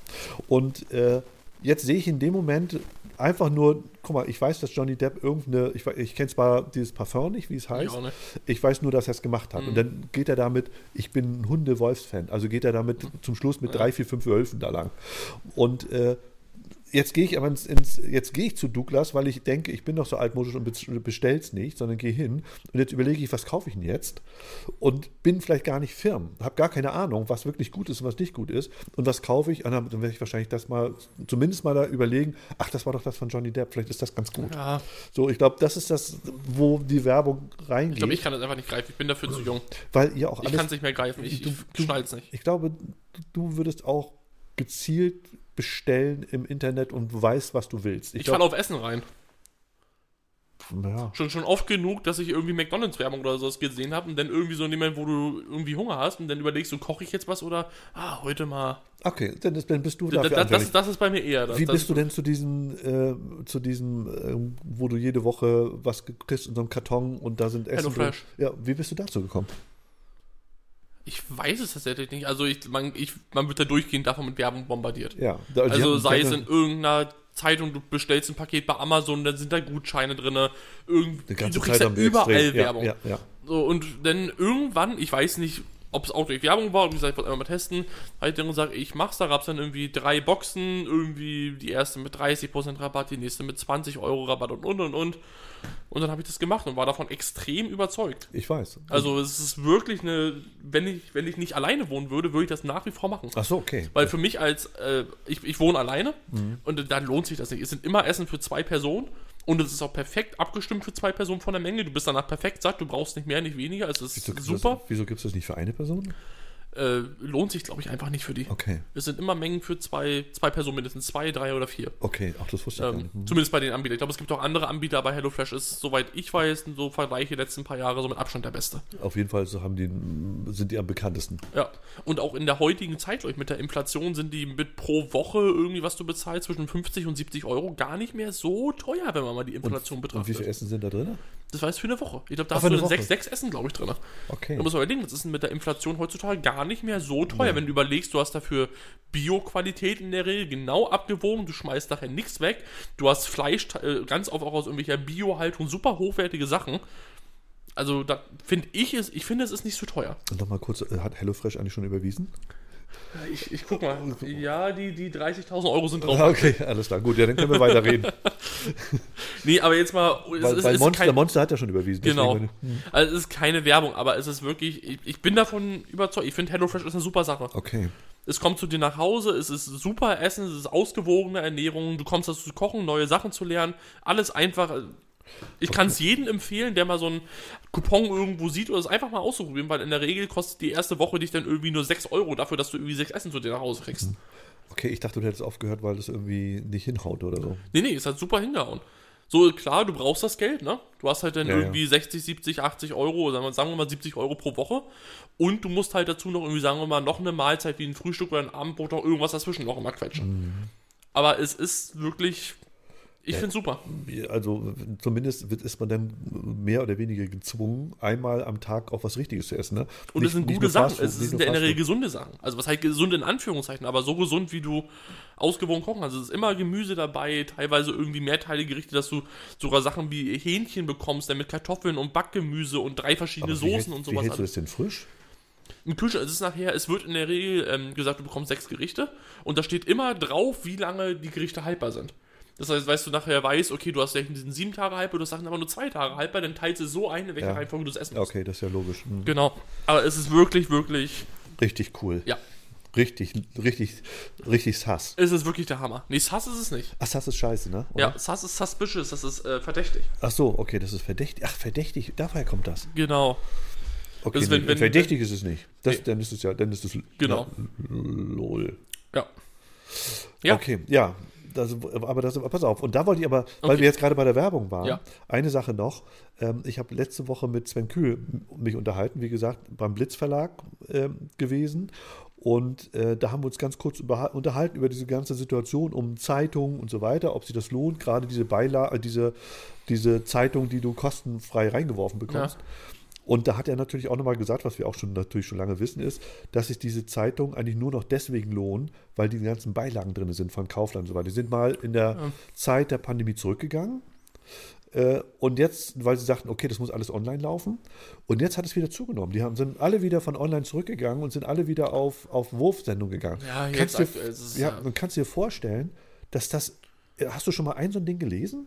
Und äh, jetzt sehe ich in dem Moment einfach nur, guck mal, ich weiß, dass Johnny Depp irgendeine, ich, we- ich kenne zwar dieses Parfum nicht, wie es heißt, auch nicht. ich weiß nur, dass er es gemacht Mhm. hat. Und dann geht er damit, ich bin ein Hunde-Wolfs-Fan, also geht er Mhm. damit zum Schluss mit drei, vier, fünf Wölfen da lang. Und äh, jetzt gehe ich aber ins, ins jetzt gehe ich zu Douglas, weil ich denke, ich bin doch so altmodisch und bes- bestell's nicht, sondern gehe hin und jetzt überlege ich, was kaufe ich denn jetzt und bin vielleicht gar nicht firm, habe gar keine Ahnung, was wirklich gut ist und was nicht gut ist und was kaufe ich und dann, dann werde ich wahrscheinlich das mal zumindest mal da überlegen, ach, das war doch das von Johnny Depp, vielleicht ist das ganz gut. Ja, So, ich glaube, das ist das, wo die Werbung ich glaube, reingeht, ich kann das einfach nicht greifen, ich bin dafür zu jung. weil ihr auch Ich kann es alles nicht mehr greifen, ich, Du- ich schnall's nicht. ich glaube, du würdest auch gezielt bestellen im Internet und weißt, was du willst. Ich glaub- falle auf Essen rein. ja. Schon, schon oft genug, dass ich irgendwie McDonalds-Werbung oder sowas gesehen habe und dann irgendwie so in dem Moment, wo du irgendwie Hunger hast und dann überlegst du, koche ich jetzt was oder, ah, heute mal. Okay, dann, ist, dann bist du Das, dafür das, das, anfällig. das ist bei mir eher. Das, Wie das, bist du denn zu diesem, äh, zu diesem, ähm, wo du jede Woche was ge- kriegst in so einem Karton und da sind Hello Essen drin? Fresh. Ja, wie bist du dazu gekommen? Ich weiß es tatsächlich nicht. Also ich, man, ich, man wird da durchgehend davon mit Werbung bombardiert. Ja, da- die Also hatten- sei die es in hatten- irgendeiner Zeitung, du bestellst ein Paket bei Amazon, dann sind da Gutscheine drin. die Irgendwie, ganze du Zeit kriegst da haben wir überall extrem- ja, Werbung. Ja, ja. So, und dann irgendwann, ich weiß nicht, ob es auch durch Werbung war, wie gesagt, ich wollte einmal mal testen, habe ich dann gesagt, ich mach's, da gab's dann irgendwie drei Boxen, irgendwie die erste mit 30% Rabatt, die nächste mit 20 Euro Rabatt und und und und. Und dann habe ich das gemacht und war davon extrem überzeugt. Ich weiß. Also es ist wirklich eine, wenn ich, wenn ich nicht alleine wohnen würde, würde ich das nach wie vor machen. Ach so, okay. Weil für mich als, äh, ich, ich wohne alleine Mhm. und dann lohnt sich das nicht. Es sind immer Essen für zwei Personen und es ist auch perfekt abgestimmt für zwei Personen von der Menge. Du bist danach perfekt satt, du brauchst nicht mehr, nicht weniger. Es ist Wieso gibt's super. Das, wieso gibst du das nicht für eine Person? Äh, lohnt sich, glaube ich, einfach nicht für die. Okay, Es sind immer Mengen für zwei, zwei Personen, mindestens zwei, drei oder vier. okay. Ach, das wusste ich gar Ähm, nicht. Hm. Zumindest bei den Anbietern. Ich glaube, es gibt auch andere Anbieter, aber HelloFresh ist, soweit ich weiß, und so vergleiche die letzten paar Jahre so mit Abstand der beste. Auf jeden Fall so haben die, sind die am bekanntesten. Ja, und auch in der heutigen Zeit, glaube ich, mit der Inflation sind die mit pro Woche irgendwie, was du bezahlst, zwischen 50 und 70 Euro gar nicht mehr so teuer, wenn man mal die Inflation Und wie betrachtet. viel Essen sind da drin? das war jetzt für eine Woche. Ich glaube, da Ach, hast für du eine dann sechs, Woche. sechs Essen, glaube ich, drin. Okay. Da muss man überlegen, das ist mit der Inflation heutzutage gar nicht mehr so teuer, wenn du überlegst, du hast dafür Bio-Qualität in der Regel genau abgewogen, du schmeißt nachher nichts weg, du hast Fleisch äh, ganz oft auch aus irgendwelcher Bio-Haltung, super hochwertige Sachen. Also, da finde ich es, ich finde, es ist nicht so teuer. Und nochmal kurz, äh, hat HelloFresh eigentlich schon überwiesen? Ich, ich guck mal. Ja, die, die 30.000 Euro sind drauf. Ah, Okay, alles klar. Gut, ja, dann können wir weiterreden. Nee, aber jetzt mal. Es, Weil, ist- weil ist Monster, kein, Monster hat ja schon überwiesen. deswegen genau. meine- Also, es ist keine Werbung, aber es ist wirklich. Ich, ich bin davon überzeugt. Ich finde HelloFresh ist eine super Sache. Okay. Es kommt zu dir nach Hause, es ist super Essen, es ist ausgewogene Ernährung, du kommst dazu zu kochen, neue Sachen zu lernen. Alles einfach. äh, Ich kann es jedem empfehlen, der mal so einen Coupon irgendwo sieht oder es einfach mal auszuprobieren, weil in der Regel kostet die erste Woche dich dann irgendwie nur 6 Euro dafür, dass du irgendwie 6 Essen zu dir nach Hause kriegst. Okay, ich dachte, du hättest aufgehört, weil das irgendwie nicht hinhaut oder so. Nee, nee, es hat super hingehauen. So, klar, du brauchst das Geld, ne? Du hast halt dann Ja, ja. irgendwie 60, 70, 80 Euro, sagen wir, sagen wir mal 70 Euro pro Woche. Und du musst halt dazu noch irgendwie, sagen wir mal, noch eine Mahlzeit wie ein Frühstück oder ein Abendbrot oder irgendwas dazwischen noch immer quetschen. Mhm. Aber es ist wirklich, ich find's super. Also zumindest wird, ist man dann mehr oder weniger gezwungen, einmal am Tag auch was Richtiges zu essen. Ne? Und es Nicht- sind nicht gute nur Sachen. Fast Food, Es nicht sind nur in der Fast Regel gesunde Sachen. Also was halt gesund in Anführungszeichen, aber so gesund, wie du ausgewogen kochen kannst. Es ist immer Gemüse dabei, teilweise irgendwie mehrteilige Gerichte, dass du sogar Sachen wie Hähnchen bekommst, dann mit Kartoffeln und Backgemüse und drei verschiedene Aber wie Soßen und hält- Wie sowas. hältst du alles. das denn frisch? Im Kühlschrank ist es nachher, es wird in der Regel ähm, gesagt, du bekommst sechs Gerichte und da steht immer drauf, wie lange die Gerichte haltbar sind. Das heißt, weißt du nachher weißt, okay, du hast vielleicht diesen sieben Tage haltbar, du hast Sachen aber nur zwei Tage haltbar, dann teilst du es so ein, in welcher Ja. Reihenfolge du es essen musst. Okay, das ist ja logisch. Hm. Genau. Aber es ist wirklich, wirklich, Richtig cool. ja. Richtig, richtig, richtig Sass. Es ist wirklich der Hammer. Nee, Sass ist es nicht. Ach, Sass ist scheiße, ne? Oder? Ja, Sass ist suspicious, das ist äh, verdächtig. Ach so, okay, das ist verdächtig. Ach, verdächtig, daher kommt das. Genau, Okay, Das ist, wenn- nee, wenn- verdächtig ist es nicht. Das, Nee. Dann ist es ja, dann ist es Genau. na, lol. ja. Ja. Okay, ja. Das, aber das, pass auf. Und da wollte ich aber, weil Okay. wir jetzt gerade bei der Werbung waren, Ja. eine Sache noch. Ähm, ich habe letzte Woche mit Sven Kühl m- mich unterhalten, wie gesagt, beim Blitz Verlag ähm, gewesen. Und äh, da haben wir uns ganz kurz überha- unterhalten über diese ganze Situation um Zeitungen und so weiter, ob sich das lohnt, gerade diese Beila äh, diese, diese Zeitung, die du kostenfrei reingeworfen bekommst. Und da hat er natürlich auch nochmal gesagt, was wir auch schon natürlich schon lange wissen, ist, dass sich diese Zeitungen eigentlich nur noch deswegen lohnen, weil die ganzen Beilagen drin sind von Kaufland und so weiter. Die sind mal in der Zeit der Pandemie zurückgegangen. Äh, Und jetzt, weil sie sagten, okay, das muss alles online laufen. Und jetzt hat es wieder zugenommen. Die haben, sind alle wieder von online zurückgegangen und sind alle wieder auf, auf Wurfsendung gegangen. Ja, jetzt kannst du, aktuell ist es, ja, ja. und kannst dir vorstellen, dass das. äh, Hast du schon mal ein so ein Ding gelesen?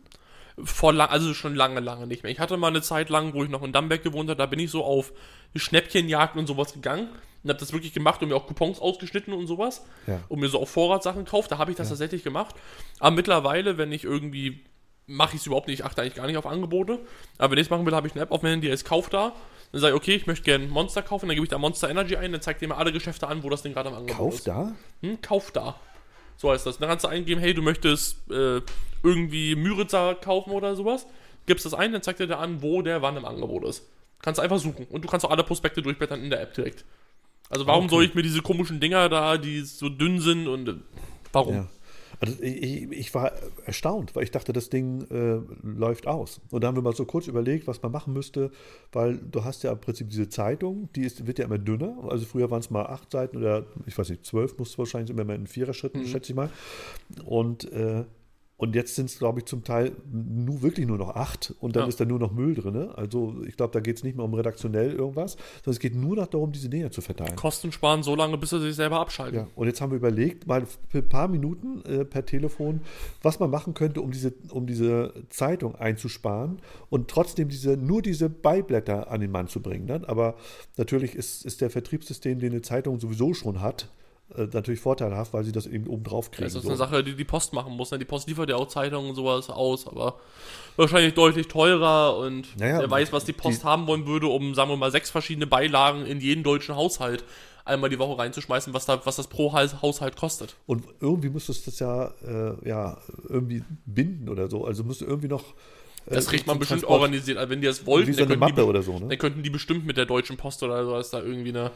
Vor lang, also schon lange, lange nicht mehr. Ich hatte mal eine Zeit lang, wo ich noch in Damberg gewohnt habe, da bin ich so auf Schnäppchenjagden und sowas gegangen und habe das wirklich gemacht und mir auch Coupons ausgeschnitten und sowas Ja. und mir so auf Vorrat Sachen gekauft. Da habe ich das tatsächlich gemacht. Aber mittlerweile, wenn ich irgendwie, mache ich es überhaupt nicht, ich achte eigentlich gar nicht auf Angebote. Aber wenn ich es machen will, habe ich eine App auf meinem Handy, ist Kauf da. Dann sage ich, okay, ich möchte gerne ein Monster kaufen, dann gebe ich da Monster Energy ein, dann zeigt dir mal alle Geschäfte an, wo das Ding gerade am Angebot Kauf ist. da? Hm, kauf da. So heißt das. Dann kannst du eingeben, hey, du möchtest äh, irgendwie Müritzer kaufen oder sowas. Gibst das ein, dann zeigt er dir an, wo der wann im Angebot ist. Kannst einfach suchen. Und du kannst auch alle Prospekte durchblättern in der App direkt. Also warum Okay. soll ich mir diese komischen Dinger da, die so dünn sind und äh, warum? Ja. Also ich- ich, ich war erstaunt, weil ich dachte, das Ding äh, läuft aus. Und da haben wir mal so kurz überlegt, was man machen müsste, weil du hast ja im Prinzip diese Zeitung, die ist, wird ja immer dünner. Also früher waren es mal acht Seiten oder ich weiß nicht, zwölf musst du wahrscheinlich immer mehr in Viererschritten, Mhm. schätze ich mal. Und, äh, und jetzt sind es, glaube ich, zum Teil nur, wirklich nur noch acht und dann Ja. ist da nur noch Müll drin. Ne? Also ich glaube, da geht es nicht mehr um redaktionell irgendwas, sondern es geht nur noch darum, diese Dinger zu verteilen. Kosten sparen so lange, bis er sich selber abschaltet. Ja, und jetzt haben wir überlegt, mal für ein paar Minuten äh, per Telefon, was man machen könnte, um diese, um diese Zeitung einzusparen und trotzdem diese, nur diese Beiblätter an den Mann zu bringen. Dann. Aber natürlich ist, ist der Vertriebssystem, den eine Zeitung sowieso schon hat, äh, natürlich vorteilhaft, weil sie das eben oben drauf kriegen. Das ist so. eine Sache, die die Post machen muss. Ne? Die Post liefert ja auch Zeitungen und sowas aus, aber wahrscheinlich deutlich teurer und Naja, wer weiß, was die Post haben wollen würde, um, sagen wir mal, sechs verschiedene Beilagen in jeden deutschen Haushalt einmal die Woche reinzuschmeißen, was, da, was das pro Haus- Haushalt kostet. Und irgendwie musstest du das ja, äh, ja irgendwie binden oder so. Also musst du irgendwie noch. äh, Das kriegt man zum bestimmt Transport- organisiert. Also wenn die das wollten, Wie so eine dann, könnten Mappe die, oder so, ne? dann könnten die bestimmt mit der Deutschen Post oder so, dass da irgendwie eine,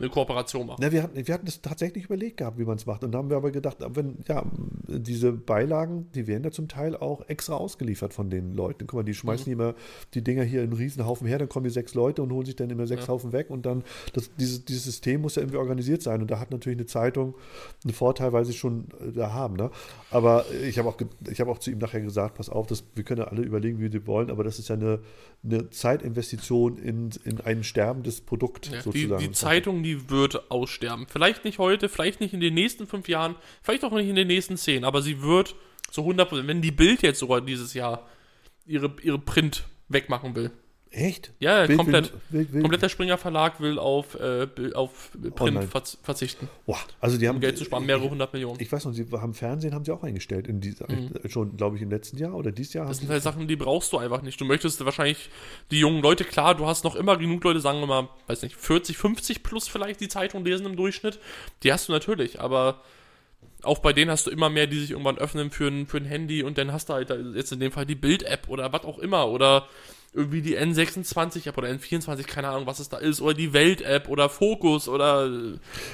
eine Kooperation machen. Na, wir, hatten, wir hatten das tatsächlich überlegt gehabt, wie man es macht. Und da haben wir aber gedacht, aber wenn, ja, diese Beilagen, die werden ja zum Teil auch extra ausgeliefert von den Leuten. Guck mal, die Mhm. schmeißen immer die Dinger hier in einen Riesenhaufen her, dann kommen die sechs Leute und holen sich dann immer sechs Haufen weg und dann, das, dieses, dieses System muss ja irgendwie organisiert sein. Und da hat natürlich eine Zeitung einen Vorteil, weil sie schon äh, da haben. Ne? Aber äh, ich habe auch, ge- ich habe auch zu ihm nachher gesagt, pass auf, das, wir können ja alle überlegen, wie wir wollen, aber das ist ja eine, eine Zeitinvestition in, in ein sterbendes Produkt Ja, die, sozusagen. die Zeitung, die wird aussterben. Vielleicht nicht heute, vielleicht nicht in den nächsten fünf Jahren, vielleicht auch nicht in den nächsten zehn, aber sie wird zu 100%, wenn die Bild jetzt sogar dieses Jahr ihre, ihre Print wegmachen will. Echt? Ja, ja, Wild, komplett. Wild, wild, wild. Komplett der Springer Verlag will auf, äh, Bild- auf Print Online. verz verzichten, Boah, also die haben um Geld zu sparen, mehrere hundert Millionen. Ich weiß noch, sie haben Fernsehen haben sie auch eingestellt in dieser, schon glaube ich im letzten Jahr oder dieses Jahr. Mhm. Das haben sind halt Sachen, die brauchst du einfach nicht. Du möchtest wahrscheinlich die jungen Leute, klar, du hast noch immer genug Leute, sagen wir mal, weiß nicht, 40, 50 plus vielleicht die Zeitung lesen im Durchschnitt. Die hast du natürlich, aber Auch bei denen hast du immer mehr, die sich irgendwann öffnen für ein, für ein Handy und dann hast du halt jetzt in dem Fall die Bild-App oder was auch immer oder irgendwie die N26-App oder N24, keine Ahnung, was es da ist, oder die Welt-App oder Fokus oder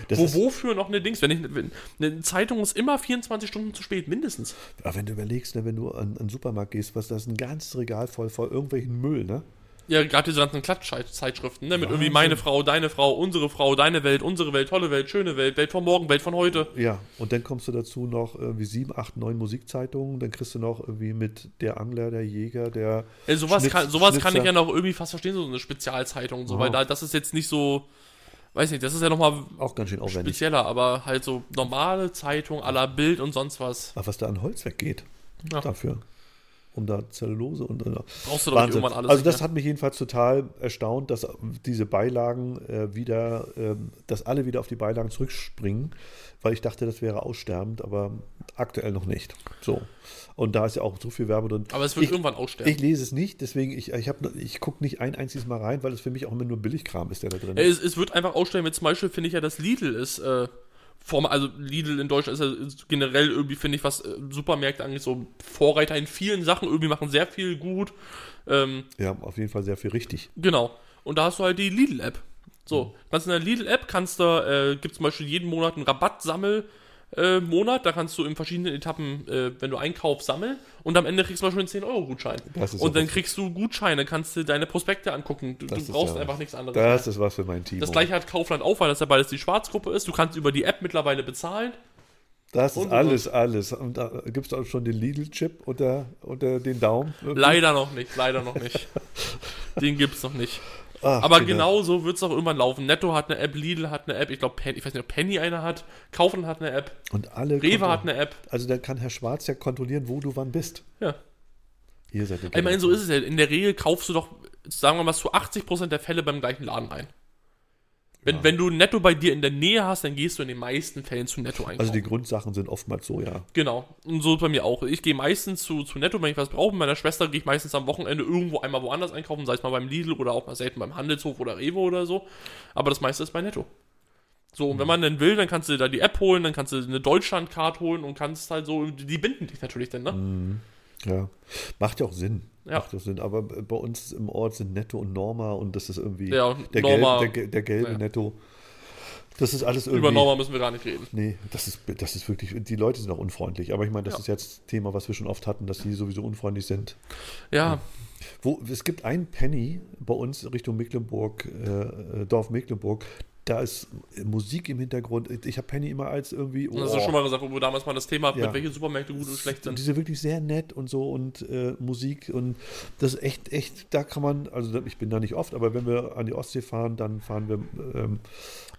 Das wo, ist- wofür noch eine Dings. Wenn ich, wenn, eine Zeitung ist immer 24 Stunden zu spät, mindestens. Aber wenn du überlegst, ne, wenn du an, an den Supermarkt gehst, was das ist ein ganzes Regal voll voll irgendwelchen Müll, ne? Ja, gerade diese ganzen Klatschzeitschriften, ne? Mit irgendwie Wahnsinn. meine Frau, deine Frau, unsere Frau, deine Welt, unsere Welt, tolle Welt, schöne Welt, Welt von morgen, Welt von heute. Ja, und dann kommst du dazu noch irgendwie sieben, acht, neun Musikzeitungen, dann kriegst du noch irgendwie mit der Angler, der Jäger, der Ey, sowas Schnitz- kann, sowas kann ich Schnitzer. ja noch irgendwie fast verstehen, so eine Spezialzeitung, so, Ja. weil da, das ist jetzt nicht so, weiß nicht, das ist ja nochmal auch ganz schön aufwendig. spezieller, aber halt so normale Zeitung aller Bild und sonst was. Aber was da an Holz weggeht Ja. dafür. Um da Zellulose und. äh, Brauchst du doch Wahnsinn. irgendwann alles. also, das nicht mehr. hat mich jedenfalls total erstaunt, dass diese Beilagen äh, wieder, ähm, dass alle wieder auf die Beilagen zurückspringen, weil ich dachte, das wäre aussterbend, aber aktuell noch nicht. So. Und da ist ja auch so viel Werbe drin. aber es wird ich, irgendwann aussterben. ich lese es nicht, deswegen, ich, ich, hab- ich gucke nicht ein einziges Mal rein, weil es für mich auch immer nur Billigkram ist, der da drin Ja, ist. Es, es wird einfach ausstellen, wenn zum Beispiel finde ich ja, dass Lidl ist, äh, vom, also Lidl in Deutschland ist ja ist generell irgendwie, finde ich, was äh, Supermärkte angeht, so Vorreiter in vielen Sachen, irgendwie machen sehr viel gut. Ähm, Ja, auf jeden Fall sehr viel richtig. genau. Und da hast du halt die Lidl-App. Mhm. So, kannst in der Lidl-App kannst du, äh, gibt zum Beispiel jeden Monat einen Rabattsammel. äh, Monat, da kannst du in verschiedenen Etappen, äh, wenn du Einkauf sammeln und am Ende kriegst du mal schon einen 10-Euro-Gutschein. Das ist Und doch dann was. kriegst du Gutscheine, kannst du deine Prospekte angucken. Du, Das du ist brauchst ja- einfach nichts anderes. mehr. Das ist was für mein Team. Das gleiche hat Kaufland auch, weil das ja beides die Schwarzgruppe ist. Du kannst über die App mittlerweile bezahlen. Das ist Und- alles, alles. Und da gibt es auch schon den Lidl-Chip unter, unter den Daumen. Leider noch nicht, leider noch nicht. Den gibt's noch nicht. Ach, Aber Kinder. genau so wird's auch irgendwann laufen. Netto hat eine App, Lidl hat eine App, ich glaube, Penny, ich weiß nicht, ob Penny eine hat, Kaufland hat eine App, Und alle. Rewe kontro- hat eine App. Also dann kann Herr Schwarz ja kontrollieren, wo du wann bist. Ja. Ihr seid Ich meine, so ist es ja. In der Regel kaufst du doch, sagen wir mal, zu 80% der Fälle beim gleichen Laden ein. Wenn, wenn du Netto bei dir in der Nähe hast, dann gehst du in den meisten Fällen zu Netto einkaufen. Also die Grundsachen sind oftmals so, ja. Genau. Und so ist bei mir auch. Ich gehe meistens zu, zu Netto, wenn ich was brauche. Mit meiner Schwester gehe ich meistens am Wochenende irgendwo einmal woanders einkaufen, sei es mal beim Lidl oder auch mal selten beim Handelshof oder Rewe oder so. Aber das meiste ist bei Netto. So, Mhm. und wenn man dann will, dann kannst du da die App holen, dann kannst du eine Deutschlandcard holen und kannst halt so, die binden dich natürlich dann, ne? Mhm. Ja. Macht ja auch Sinn. Ja. Macht ja auch Sinn. Aber bei uns im Ort sind Netto und Norma und das ist irgendwie Ja, und der, Norma- gelbe, der, ge- der gelbe Ja. Netto. Das ist alles irgendwie. Über Norma müssen wir gar nicht reden. Nee, das ist, das ist wirklich, die Leute sind auch unfreundlich. Aber ich meine, das Ja. ist jetzt Thema, was wir schon oft hatten, dass die sowieso unfreundlich sind. Ja, Wo, es gibt einen Penny bei uns Richtung Mecklenburg, äh, äh, Dorf Mecklenburg. Da ist Musik im Hintergrund. Ich habe Penny immer als irgendwie. und das hast du schon mal gesagt, wo wir damals mal das Thema hatten, Ja. mit welche Supermärkte gut und schlecht Und sind. die sind wirklich sehr nett und so und äh, Musik und das ist echt, echt, da kann man, also ich bin da nicht oft, aber wenn wir an die Ostsee fahren, dann fahren wir ähm,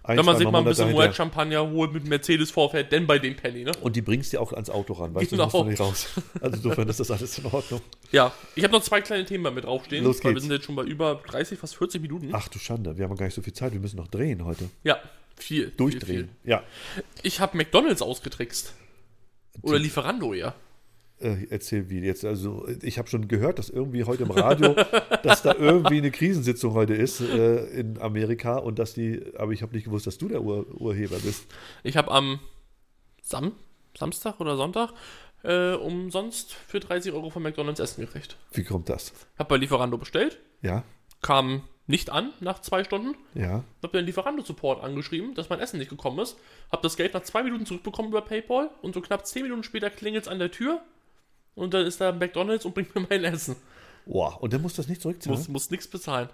ein, Wenn man zwei sich mal ein Monate bisschen dahinter. White Champagner holt mit Mercedes vorfährt, denn bei dem Penny, ne? Und die bringst dir auch ans Auto ran, weißt Genau. du, das musst du nicht raus. Also insofern ist das alles in Ordnung. Ja, ich habe noch zwei kleine Themen mit draufstehen, Los weil wir geht's. sind jetzt schon bei über 30, fast 40 Minuten. Ach du Schande, wir haben gar nicht so viel Zeit, wir müssen noch drehen heute. Ja, viel. Viel, Durchdrehen. viel. Ja, Ich habe McDonalds ausgetrickst. Oder Lieferando, ja. äh, erzähl wie jetzt. Also ich habe schon gehört, dass irgendwie heute im Radio, dass da irgendwie eine Krisensitzung heute ist äh, in Amerika und dass die, aber ich habe nicht gewusst, dass du der Ur Urheber bist. Ich habe am Sam Samstag oder Sonntag äh, umsonst für 30 Euro von McDonalds Essen gekriegt. Wie kommt das? Habe bei Lieferando bestellt, Ja, kam nicht an nach zwei Stunden. ja. Habe den Lieferando-Support angeschrieben, dass mein Essen nicht gekommen ist. Habe das Geld nach zwei Minuten zurückbekommen über PayPal und so knapp zehn Minuten später klingelt es an der Tür. Und dann ist da McDonalds und bringt mir mein Essen. Boah, und dann musst du das nicht zurückzahlen. Muss, muss nichts bezahlen.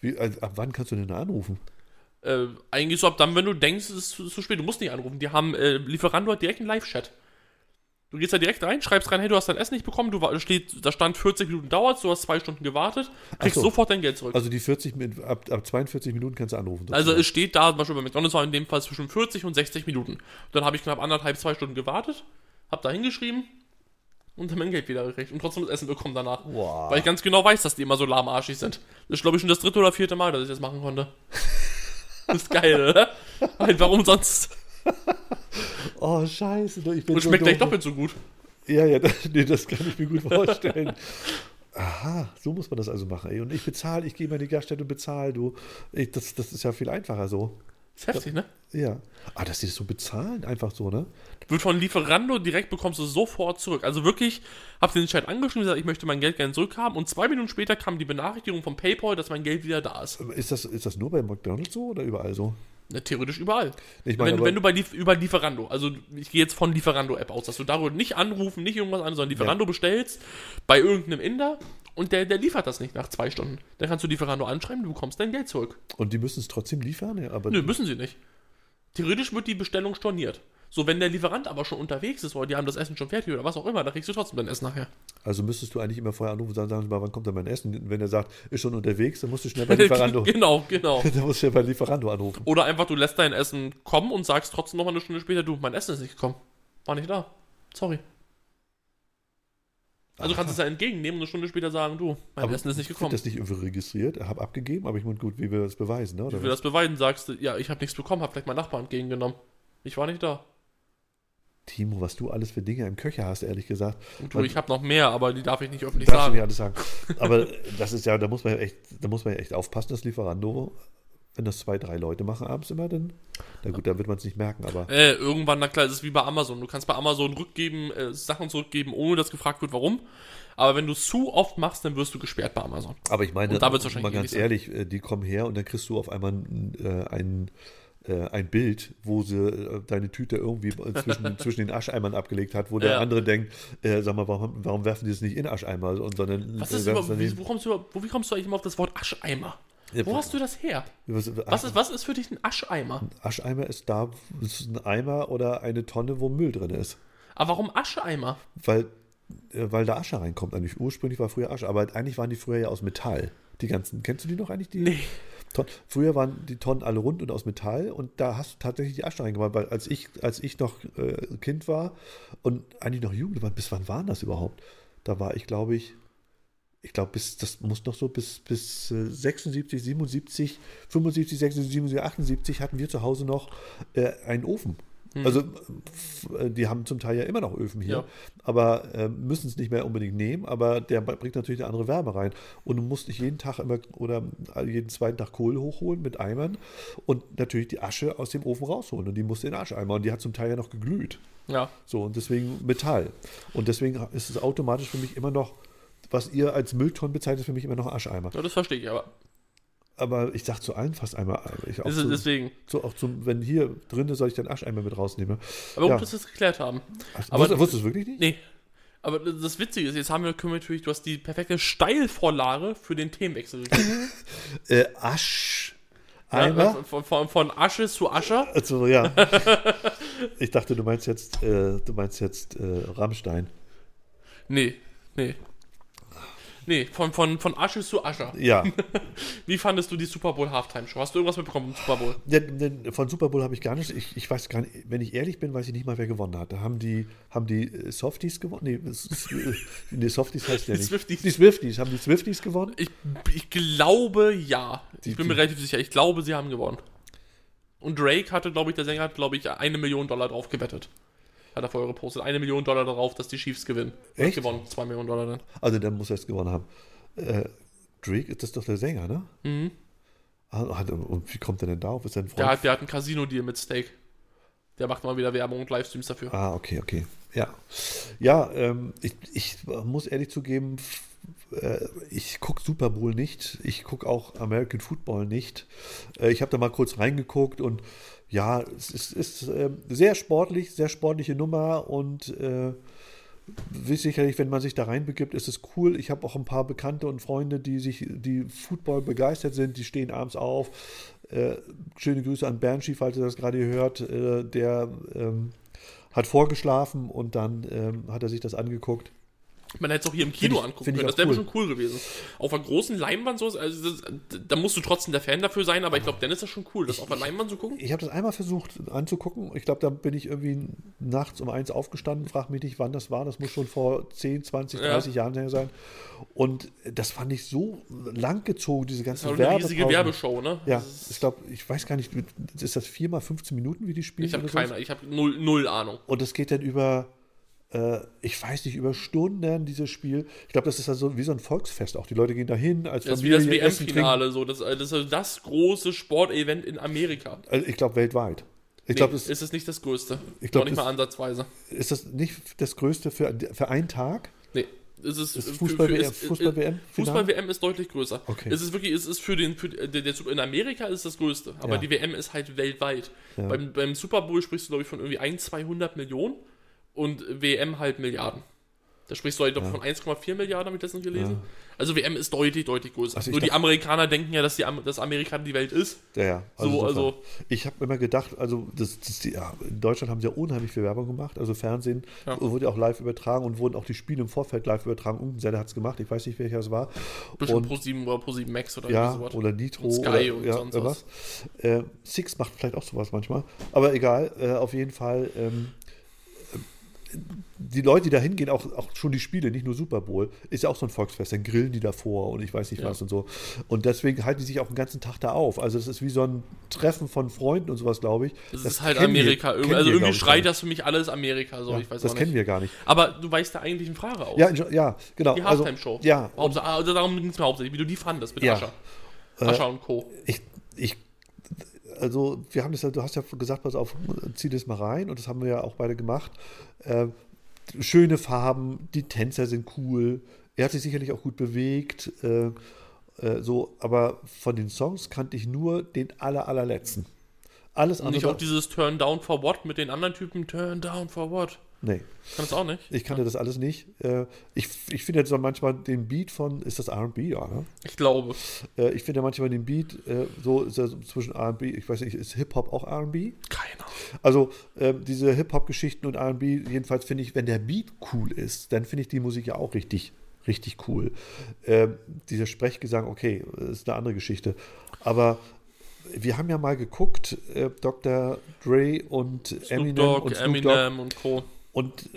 Wie, also, ab wann kannst du denn da anrufen? Äh, eigentlich so ab dann, wenn du denkst, es ist zu, zu spät, du musst nicht anrufen. Die haben, äh, Lieferando hat direkt einen Live-Chat. Du gehst da direkt rein, schreibst rein, hey, du hast dein Essen nicht bekommen, du war, steht, da stand 40 Minuten dauert, du hast zwei Stunden gewartet, kriegst so. sofort dein Geld zurück. Also, Also die 40, Min- ab, ab 42 Minuten kannst du anrufen. sozusagen. es steht da, zum Beispiel bei McDonalds war in dem Fall zwischen 40 und 60 Minuten. Dann habe ich knapp anderthalb, zwei Stunden gewartet, hab da hingeschrieben und dann mein Geld wieder gekriegt und trotzdem das Essen bekommen danach. Boah. Weil ich ganz genau weiß, dass die immer so lahmarschig sind. Das ist, glaube ich, schon das dritte oder vierte Mal, dass ich das machen konnte. Das ist geil, oder? Weil warum sonst? oh, scheiße. du, Ich bin Und so schmeckt gleich doof. doppelt so gut. Ja, ja, das, nee, das kann ich mir gut vorstellen. Aha, so muss man das also machen. Ey. Und ich bezahle, ich gehe mal in die Gaststätte und bezahle, du. Ich, das, das ist ja viel einfacher so. Ist heftig, ne? Ja. Ah, dass die das so bezahlen, einfach so, ne? Wird von Lieferando direkt bekommst du sofort zurück. Also wirklich, hab den Chat angeschrieben, gesagt, ich möchte mein Geld gerne zurückhaben und zwei Minuten später kam die Benachrichtigung von PayPal, dass mein Geld wieder da ist. Ist das, ist das nur bei McDonalds so oder überall so? Ja, Ne, theoretisch überall. Ich meine, wenn, aber- wenn du bei Lief über Lieferando, also ich gehe jetzt von Lieferando-App aus, dass du darüber nicht anrufen, nicht irgendwas anderes, sondern Lieferando bestellst bei irgendeinem Inder und der, der liefert das nicht nach zwei Stunden. Dann kannst du Lieferando anschreiben, du bekommst dein Geld zurück. Und die müssen es trotzdem liefern, ja, aber. Nö, müssen sie nicht. Theoretisch wird die Bestellung storniert. So, wenn der Lieferant aber schon unterwegs ist oder die haben das Essen schon fertig oder was auch immer, dann kriegst du trotzdem dein Essen nachher. Also müsstest du eigentlich immer vorher anrufen und sagen, sagen Sie mal, wann kommt denn mein Essen? Und Wenn er sagt, ist schon unterwegs, dann musst du schnell bei Lieferando. genau, genau. dann musst du ja bei Lieferando anrufen. Oder einfach du lässt dein Essen kommen und sagst trotzdem nochmal eine Stunde später, du, mein Essen ist nicht gekommen. War nicht da. Sorry. Also kannst du es ja entgegennehmen und eine Stunde später sagen, du, mein Essen ist nicht Wird gekommen. das nicht irgendwie registriert? Hab abgegeben, aber ich meine, gut, wie wir das beweisen, ne? Oder Wenn du was? das beweisen sagst, du, ja, ich habe nichts bekommen, hab vielleicht mein Nachbar entgegengenommen. Ich war nicht da. Timo, was du alles für Dinge im Köcher hast, ehrlich gesagt. Und du, ich habe noch mehr, aber die darf ich nicht öffentlich Ich darfst du sagen. nicht alles sagen. Aber das ist ja, da muss man ja echt, da muss man ja echt aufpassen, dass Lieferando, wenn das zwei, drei Leute machen abends immer, dann, na gut, dann wird man es nicht merken, aber Äh, irgendwann, na klar, es ist wie bei Amazon. Du kannst bei Amazon rückgeben, äh, Sachen zurückgeben, ohne dass gefragt wird, warum. Aber wenn du es zu oft machst, dann wirst du gesperrt bei Amazon. Aber ich meine, Und da wird's mal wahrscheinlich ganz ähnlich ehrlich, äh, die kommen her und dann kriegst du auf einmal ein, äh, ein, äh, ein Bild, wo sie äh, deine Tüte irgendwie zwischen, zwischen den Ascheimern abgelegt hat, wo der Ja. andere denkt, äh, sag mal, warum, warum werfen die das nicht in Ascheimer? Und sondern, Was ist äh, über, werfen sie wie, wo, kommst du, über- wo, wie kommst du eigentlich immer auf das Wort Ascheimer? Ja, Wo wa- hast du das her? was, Was ist, was ist für dich ein Ascheimer? Ascheimer ist da, ist ein Eimer oder eine Tonne, wo Müll drin ist. Aber warum Ascheimer? Weil, äh, weil da Asche reinkommt. Eigentlich ursprünglich war früher Asche, aber eigentlich waren die früher ja aus Metall. Die ganzen, kennst du die noch eigentlich? Die, Nee. Ton Früher waren die Tonnen alle rund und aus Metall und da hast du tatsächlich die Asche reingemacht, weil als ich, als ich noch äh, Kind war und eigentlich noch Jugend war, bis wann waren das überhaupt? Da war ich, glaube ich, ich glaube, bis das muss noch so bis, bis äh, 76, 77, 75, 76, 77, 78 hatten wir zu Hause noch äh, einen Ofen. Also f- äh, die haben zum Teil ja immer noch Öfen hier, Ja. aber äh, müssen es nicht mehr unbedingt nehmen, aber der bringt natürlich eine andere Wärme rein. Und du musst nicht jeden Tag immer oder äh, jeden zweiten Tag Kohle hochholen mit Eimern und natürlich die Asche aus dem Ofen rausholen. Und die musst du in den Ascheimer und die hat zum Teil ja noch geglüht. Ja. So, und deswegen Metall. Und deswegen ist es automatisch für mich immer noch, was ihr als Mülltonnen bezeichnet, für mich immer noch Ascheimer. ja, das verstehe ich, aber Aber ich sag zu allen fast einmal, äh, ich auch, das ist zu, Also deswegen. zu, auch zum, wenn hier drin ist, soll ich dann Ascheimer mit rausnehmen. Aber gut, Ja. dass wir es geklärt haben. Ach, aber- wusstest, wusstest du es wirklich nicht? Nee. Aber das Witzige ist, jetzt haben wir, können wir natürlich, du hast die perfekte Steilvorlage für den Themenwechsel gegeben. Äh, Asch. Ja, Eimer? von, von, von Asche zu Ascher. Also, ja. ich dachte, du meinst jetzt, äh, du meinst jetzt äh, Rammstein. Nee, nee. Nee, von, von, von Asche zu Ascher. Ja. Wie fandest du die Super Bowl Halftime Show? Hast du irgendwas mitbekommen vom Super Bowl? Ja, denn von Super Bowl habe ich gar nichts. Ich, ich weiß gar nicht, wenn ich ehrlich bin, weiß ich nicht mal, wer gewonnen hat. Da haben die, haben die äh, Softies gewonnen? Nee, es ist- äh, nee Softies heißt ja Die nicht. Swifties. Die Swifties. Haben die Swifties gewonnen? Ich, ich glaube ja. Die- ich bin mir die- relativ sicher. Ich glaube, sie haben gewonnen. Und Drake hatte, glaube ich, der Sänger hat, glaube ich, eine Million Dollar drauf gewettet. Hat er vorher gepostet. Eine Million Dollar darauf, dass die Chiefs gewinnen. Hat Echt? Gewonnen. Zwei Millionen Dollar dann. Also, dann muss er es gewonnen haben. Äh, Drake, ist das doch der Sänger, ne? Mhm. Und wie kommt er denn darauf? Ist er ein Freund? Der hat, der hat einen Casino-Deal mit Steak. Der macht mal wieder Werbung und Livestreams dafür. Ah, okay, okay. Ja, ja ähm, ich, ich muss ehrlich zugeben, f- äh, ich gucke Super Bowl nicht. Ich gucke auch American Football nicht. Äh, ich habe da mal kurz reingeguckt und ja, es ist, ist ähm, sehr sportlich, sehr sportliche Nummer und äh, wie sicherlich, wenn man sich da reinbegibt, ist es cool. Ich habe auch ein paar Bekannte und Freunde, die sich, die Football begeistert sind, die stehen abends auf. Äh, schöne Grüße an Bernschi, falls ihr das gerade hört. Äh, der ähm, hat vorgeschlafen und dann ähm, hat er sich das angeguckt. Man hätte es auch hier im Kino Find ich- angucken find ich können. auch Das wäre cool. schon cool gewesen. Auf einer großen Leinwand so ist, also das, da musst du trotzdem der Fan dafür sein, aber ich glaube, dann ist das schon cool, das auf einer Leinwand zu gucken. Ich habe das einmal versucht anzugucken. Ich glaube, da bin ich irgendwie nachts um eins aufgestanden, frag mich nicht, wann das war. Das muss schon vor 10, 20, Ja. 30 Jahren her sein. Und das fand ich so langgezogen, diese Das ist auch ganzen eine riesige Werbepausen. Werbeshow, ne? Ja, Das ist- ich glaube, ich weiß gar nicht, ist das viermal 15 Minuten, wie die spielen? Ich habe oder sowas? keine, ich habe null, null Ahnung. Und das geht dann über, äh, ich weiß nicht, über Stunden dieses Spiel. Ich glaube, das ist also wie so ein Volksfest auch. Die Leute gehen da hin als Das ist wie das WM-Finale, so. Das, äh, das ist das große Sportevent in Amerika. Also ich glaube, weltweit. Ich glaube, das ist es nicht das größte. Ich glaub, Noch nicht das- mal ansatzweise. ist das nicht das Größte für, für einen Tag? Nee. Es ist, Ist Fußball- für- für- WM Fußball- WM -Finale? Fußball WM ist deutlich größer. Okay. Es ist wirklich, es ist für den, für äh, der, der Super- in Amerika ist das größte, aber Ja. die WM ist halt weltweit. Ja. Beim, beim Super Bowl sprichst du glaube ich von irgendwie 1, 200 Millionen und WM halt Milliarden. Da sprichst du halt doch von 1,4 Milliarden, habe ich das nicht gelesen. Ja. Also WM ist deutlich, deutlich größer. Also ich Nur die dachte- Amerikaner denken ja, dass, die, Am- dass Amerika die Welt ist. Ja, ja. So, super. also- Ich habe immer gedacht, also das, das, die- ja, in Deutschland haben sie ja unheimlich viel Werbung gemacht. Also Fernsehen Ja. wurde ja auch live übertragen und wurden auch die Spiele im Vorfeld live übertragen. Irgendein Sender hat es gemacht, ich weiß nicht, welcher es war. Bestimmt Und- pro 7 oder pro 7 Max oder ja, irgendwie sowas. oder Nitro Und Sky oder und ja, sonst irgendwas. Äh, Six macht vielleicht auch sowas manchmal. Aber egal, äh, auf jeden Fall. Ähm, äh, die Leute, die da hingehen, auch, auch schon die Spiele, nicht nur Super Bowl, ist ja auch so ein Volksfest. Dann grillen die davor und ich weiß nicht Ja. was und so. Und deswegen halten die sich auch den ganzen Tag da auf. Also, das ist wie so ein Treffen von Freunden und sowas, glaube ich. Das, ist halt kennen wir- Amerika. Irgendwie, kennen also wir, irgendwie glaub ich, schreit gar das für mich alles Amerika. So, nicht. ich weiß das auch kennen nicht. wir gar nicht. Aber du weißt der eigentlichen Frage aus. Ja, in- ja genau. die also, Halftime-Show. ja, und- Hauptsache, also darum ging es mir hauptsächlich, wie du die fandest mit Ja. Äh, Ascher. Ascher und Co. ich, ich, also wir haben das ja, du hast ja gesagt, pass auf, zieh das mal rein und das haben wir ja auch beide gemacht. Ähm, schöne Farben, die Tänzer sind cool, er hat sich sicherlich auch gut bewegt, äh, äh, so, aber von den Songs kannte ich nur den aller, allerletzten. Alles Und nicht andere. auch dieses Turn down for what mit den anderen Typen. Turn down for what. nee. Kannst du auch nicht? Ich kannte das alles nicht. Äh, Ich, ich finde jetzt so manchmal den Beat von, ist das RB? Ja, ne? Ich glaube. Äh, Ich finde ja manchmal den Beat, äh, so ist er so zwischen RB, ich weiß nicht, ist Hip-Hop auch RB? Keiner. Also ähm, diese Hip-Hop-Geschichten und RB, jedenfalls finde ich, wenn der Beat cool ist, dann finde ich die Musik ja auch richtig, richtig cool. Ähm, dieser Sprechgesang, okay, ist eine andere Geschichte. Aber wir haben ja mal geguckt, äh, Dr. Dre und Snoop Eminem Dogg, und Snoop Dogg. Eminem und Co. Und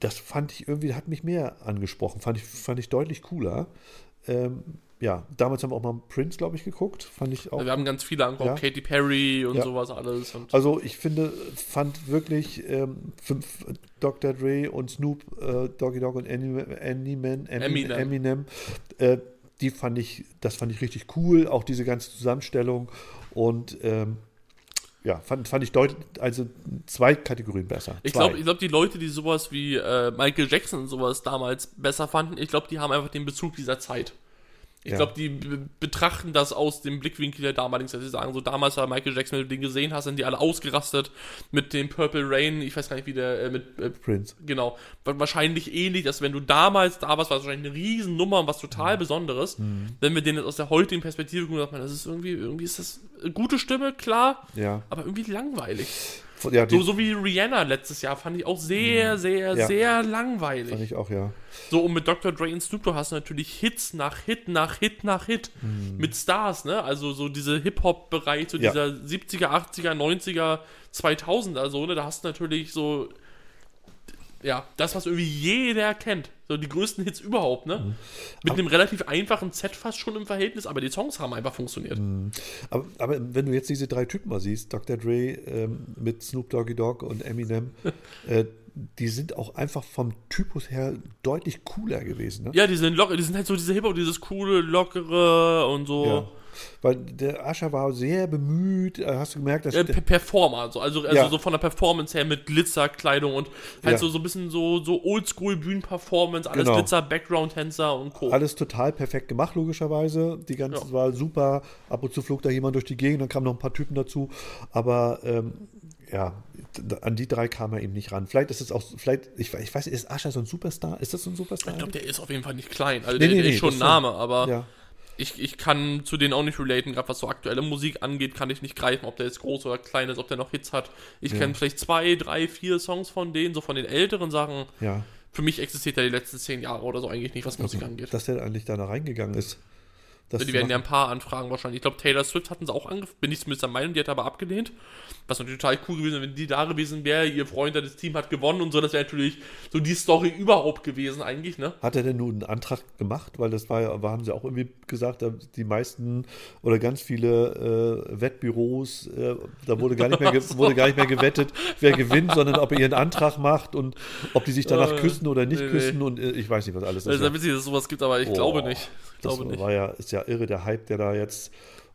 das fand ich irgendwie, hat mich mehr angesprochen, fand ich, fand ich deutlich cooler. Ähm, ja, damals haben wir auch mal Prince, glaube ich, geguckt. Fand ich auch Wir haben ganz viele angeguckt. Ja. Katy Perry und Ja. sowas alles. Und Also ich finde, fand wirklich ähm, fünf, Dr. Dre und Snoop, äh, Doggy Dogg und Eminem, Eminem, Eminem, Eminem. Eminem äh, die fand ich, das fand ich richtig cool, auch diese ganze Zusammenstellung und ähm, ja, fand, fand ich deutlich, also zwei Kategorien besser. ich Zwei. glaube, ich glaub, die Leute, die sowas wie äh, Michael Jackson und sowas damals besser fanden, ich glaube, die haben einfach den Bezug dieser Zeit. Ich Ja. glaube, die b- betrachten das aus dem Blickwinkel der damaligen Zeit. Sie sagen so, damals war Michael Jackson, wenn du den gesehen hast, sind die alle ausgerastet mit dem Purple Rain. Ich weiß gar nicht, wie der äh, mit äh, Prince. Genau. Wa- Wahrscheinlich ähnlich, dass wenn du damals da warst, war es wahrscheinlich eine Riesennummer und was Mhm. total Besonderes. Wenn wir den jetzt aus der heutigen Perspektive gucken, sagt man, das ist irgendwie, irgendwie ist das eine gute Stimme, klar, Ja, aber irgendwie langweilig. Von- ja die Mhm. So, so wie Rihanna letztes Jahr fand ich auch sehr, sehr, Ja. sehr fand langweilig. ich auch, ja. So, und mit Dr. Dre und Snoop Dogg hast du natürlich Hits nach Hit nach Hit nach Hit mit Stars, ne? Also so diese Hip-Hop-Bereich, so Mhm. Ja. dieser 70er, 80er, 90er, 2000er, so, ne? Da hast du natürlich so, ja, das, was irgendwie jeder kennt. So die größten Hits überhaupt, Mhm. ne? Mit einem relativ einfachen Set fast schon im Verhältnis, aber die Songs haben einfach funktioniert. Mhm. Aber, aber wenn du jetzt diese drei Typen mal siehst, Dr. Dre ähm, mit Snoop Doggy Dogg und Eminem, äh, die sind auch einfach vom Typus her deutlich cooler gewesen. Ne? Ja, die sind locker, die sind halt so diese Hip-Hop, dieses coole, lockere und so. Ja. Weil der Ascher war sehr bemüht, äh, hast du gemerkt, dass Äh, der, Pe- Performer, so. also, also Ja. so von der Performance her mit Glitzerkleidung und halt Ja. so, so ein bisschen so, so Oldschool-Bühnen-Performance, alles Genau. Glitzer, Background-Tänzer und Co. alles total perfekt gemacht, logischerweise. Die ganze Ja. war super. Ab und zu flog da jemand durch die Gegend, dann kamen noch ein paar Typen dazu. Aber ähm, ja, d- an die drei kam er eben nicht ran. Vielleicht ist es auch, vielleicht, ich, we- ich weiß, nicht, ist Ascher so ein Superstar? Ist das so ein Superstar? Ich glaube, der ist auf jeden Fall nicht klein. Also Nee, der, nee, der nee, ist schon ein das Name, aber ja. ich, ich kann zu denen auch nicht relaten. Gerade was so aktuelle Musik angeht, kann ich nicht greifen, ob der jetzt groß oder klein ist, ob der noch Hits hat. Ich kenne vielleicht zwei, drei, vier Songs von denen, so von den älteren Sachen. ja. Also, Für mich existiert er die letzten zehn Jahre oder so eigentlich nicht, was Musik angeht. dass der eigentlich da noch reingegangen ist. Das die zu werden ja ein machen. paar anfragen wahrscheinlich. Ich glaube, Taylor Swift hatten sie auch angefragt, bin ich zumindest der Meinung, die hat aber abgelehnt. Was natürlich total cool gewesen wäre, wenn die da gewesen wäre, ihr Freund, das Team hat gewonnen und so, das wäre natürlich so die Story überhaupt gewesen eigentlich, ne? Hat er denn nun einen Antrag gemacht? Weil das war ja, war- haben sie auch irgendwie gesagt, da- die meisten oder ganz viele äh, Wettbüros, äh, da wurde gar, nicht mehr ge- wurde gar nicht mehr gewettet, wer gewinnt, sondern ob er ihren Antrag macht und ob die sich danach Äh, küssen oder nicht nee, nee. küssen und äh, ich weiß nicht, was alles Das ist ja war. witzig, dass es sowas gibt, aber ich Oh, glaube nicht. Ich Das glaube nicht. war ja, ist ja irre, der Hype, der da jetzt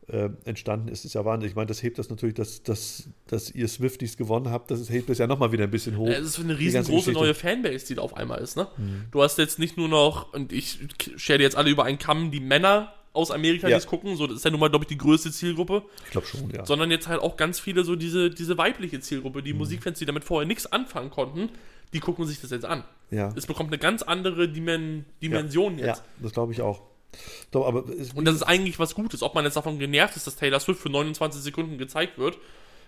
äh, entstanden ist, ist ja wahnsinnig. Ich meine, das hebt das natürlich, dass, dass, dass ihr Swifties gewonnen habt, das hebt das ja nochmal wieder ein bisschen hoch. Ja, Es ist eine ganze riesengroße Geschichte. neue Fanbase, die da auf einmal ist, ne? Du hast jetzt nicht nur noch, und ich share dir jetzt alle über einen Kamm, die Männer aus Amerika, Ja. die es gucken, so, das ist ja nun mal, glaube ich, die größte Zielgruppe, ich glaube schon, ja. sondern jetzt halt auch ganz viele so diese, diese weibliche Zielgruppe, Mhm. die Musikfans, die damit vorher nichts anfangen konnten, die gucken sich das jetzt an. ja. Es bekommt eine ganz andere Dimen Dimension ja, jetzt. das glaube ich auch. Doch, aber es, Und das ist eigentlich was Gutes, ob man jetzt davon genervt ist, dass Taylor Swift für 29 Sekunden gezeigt wird.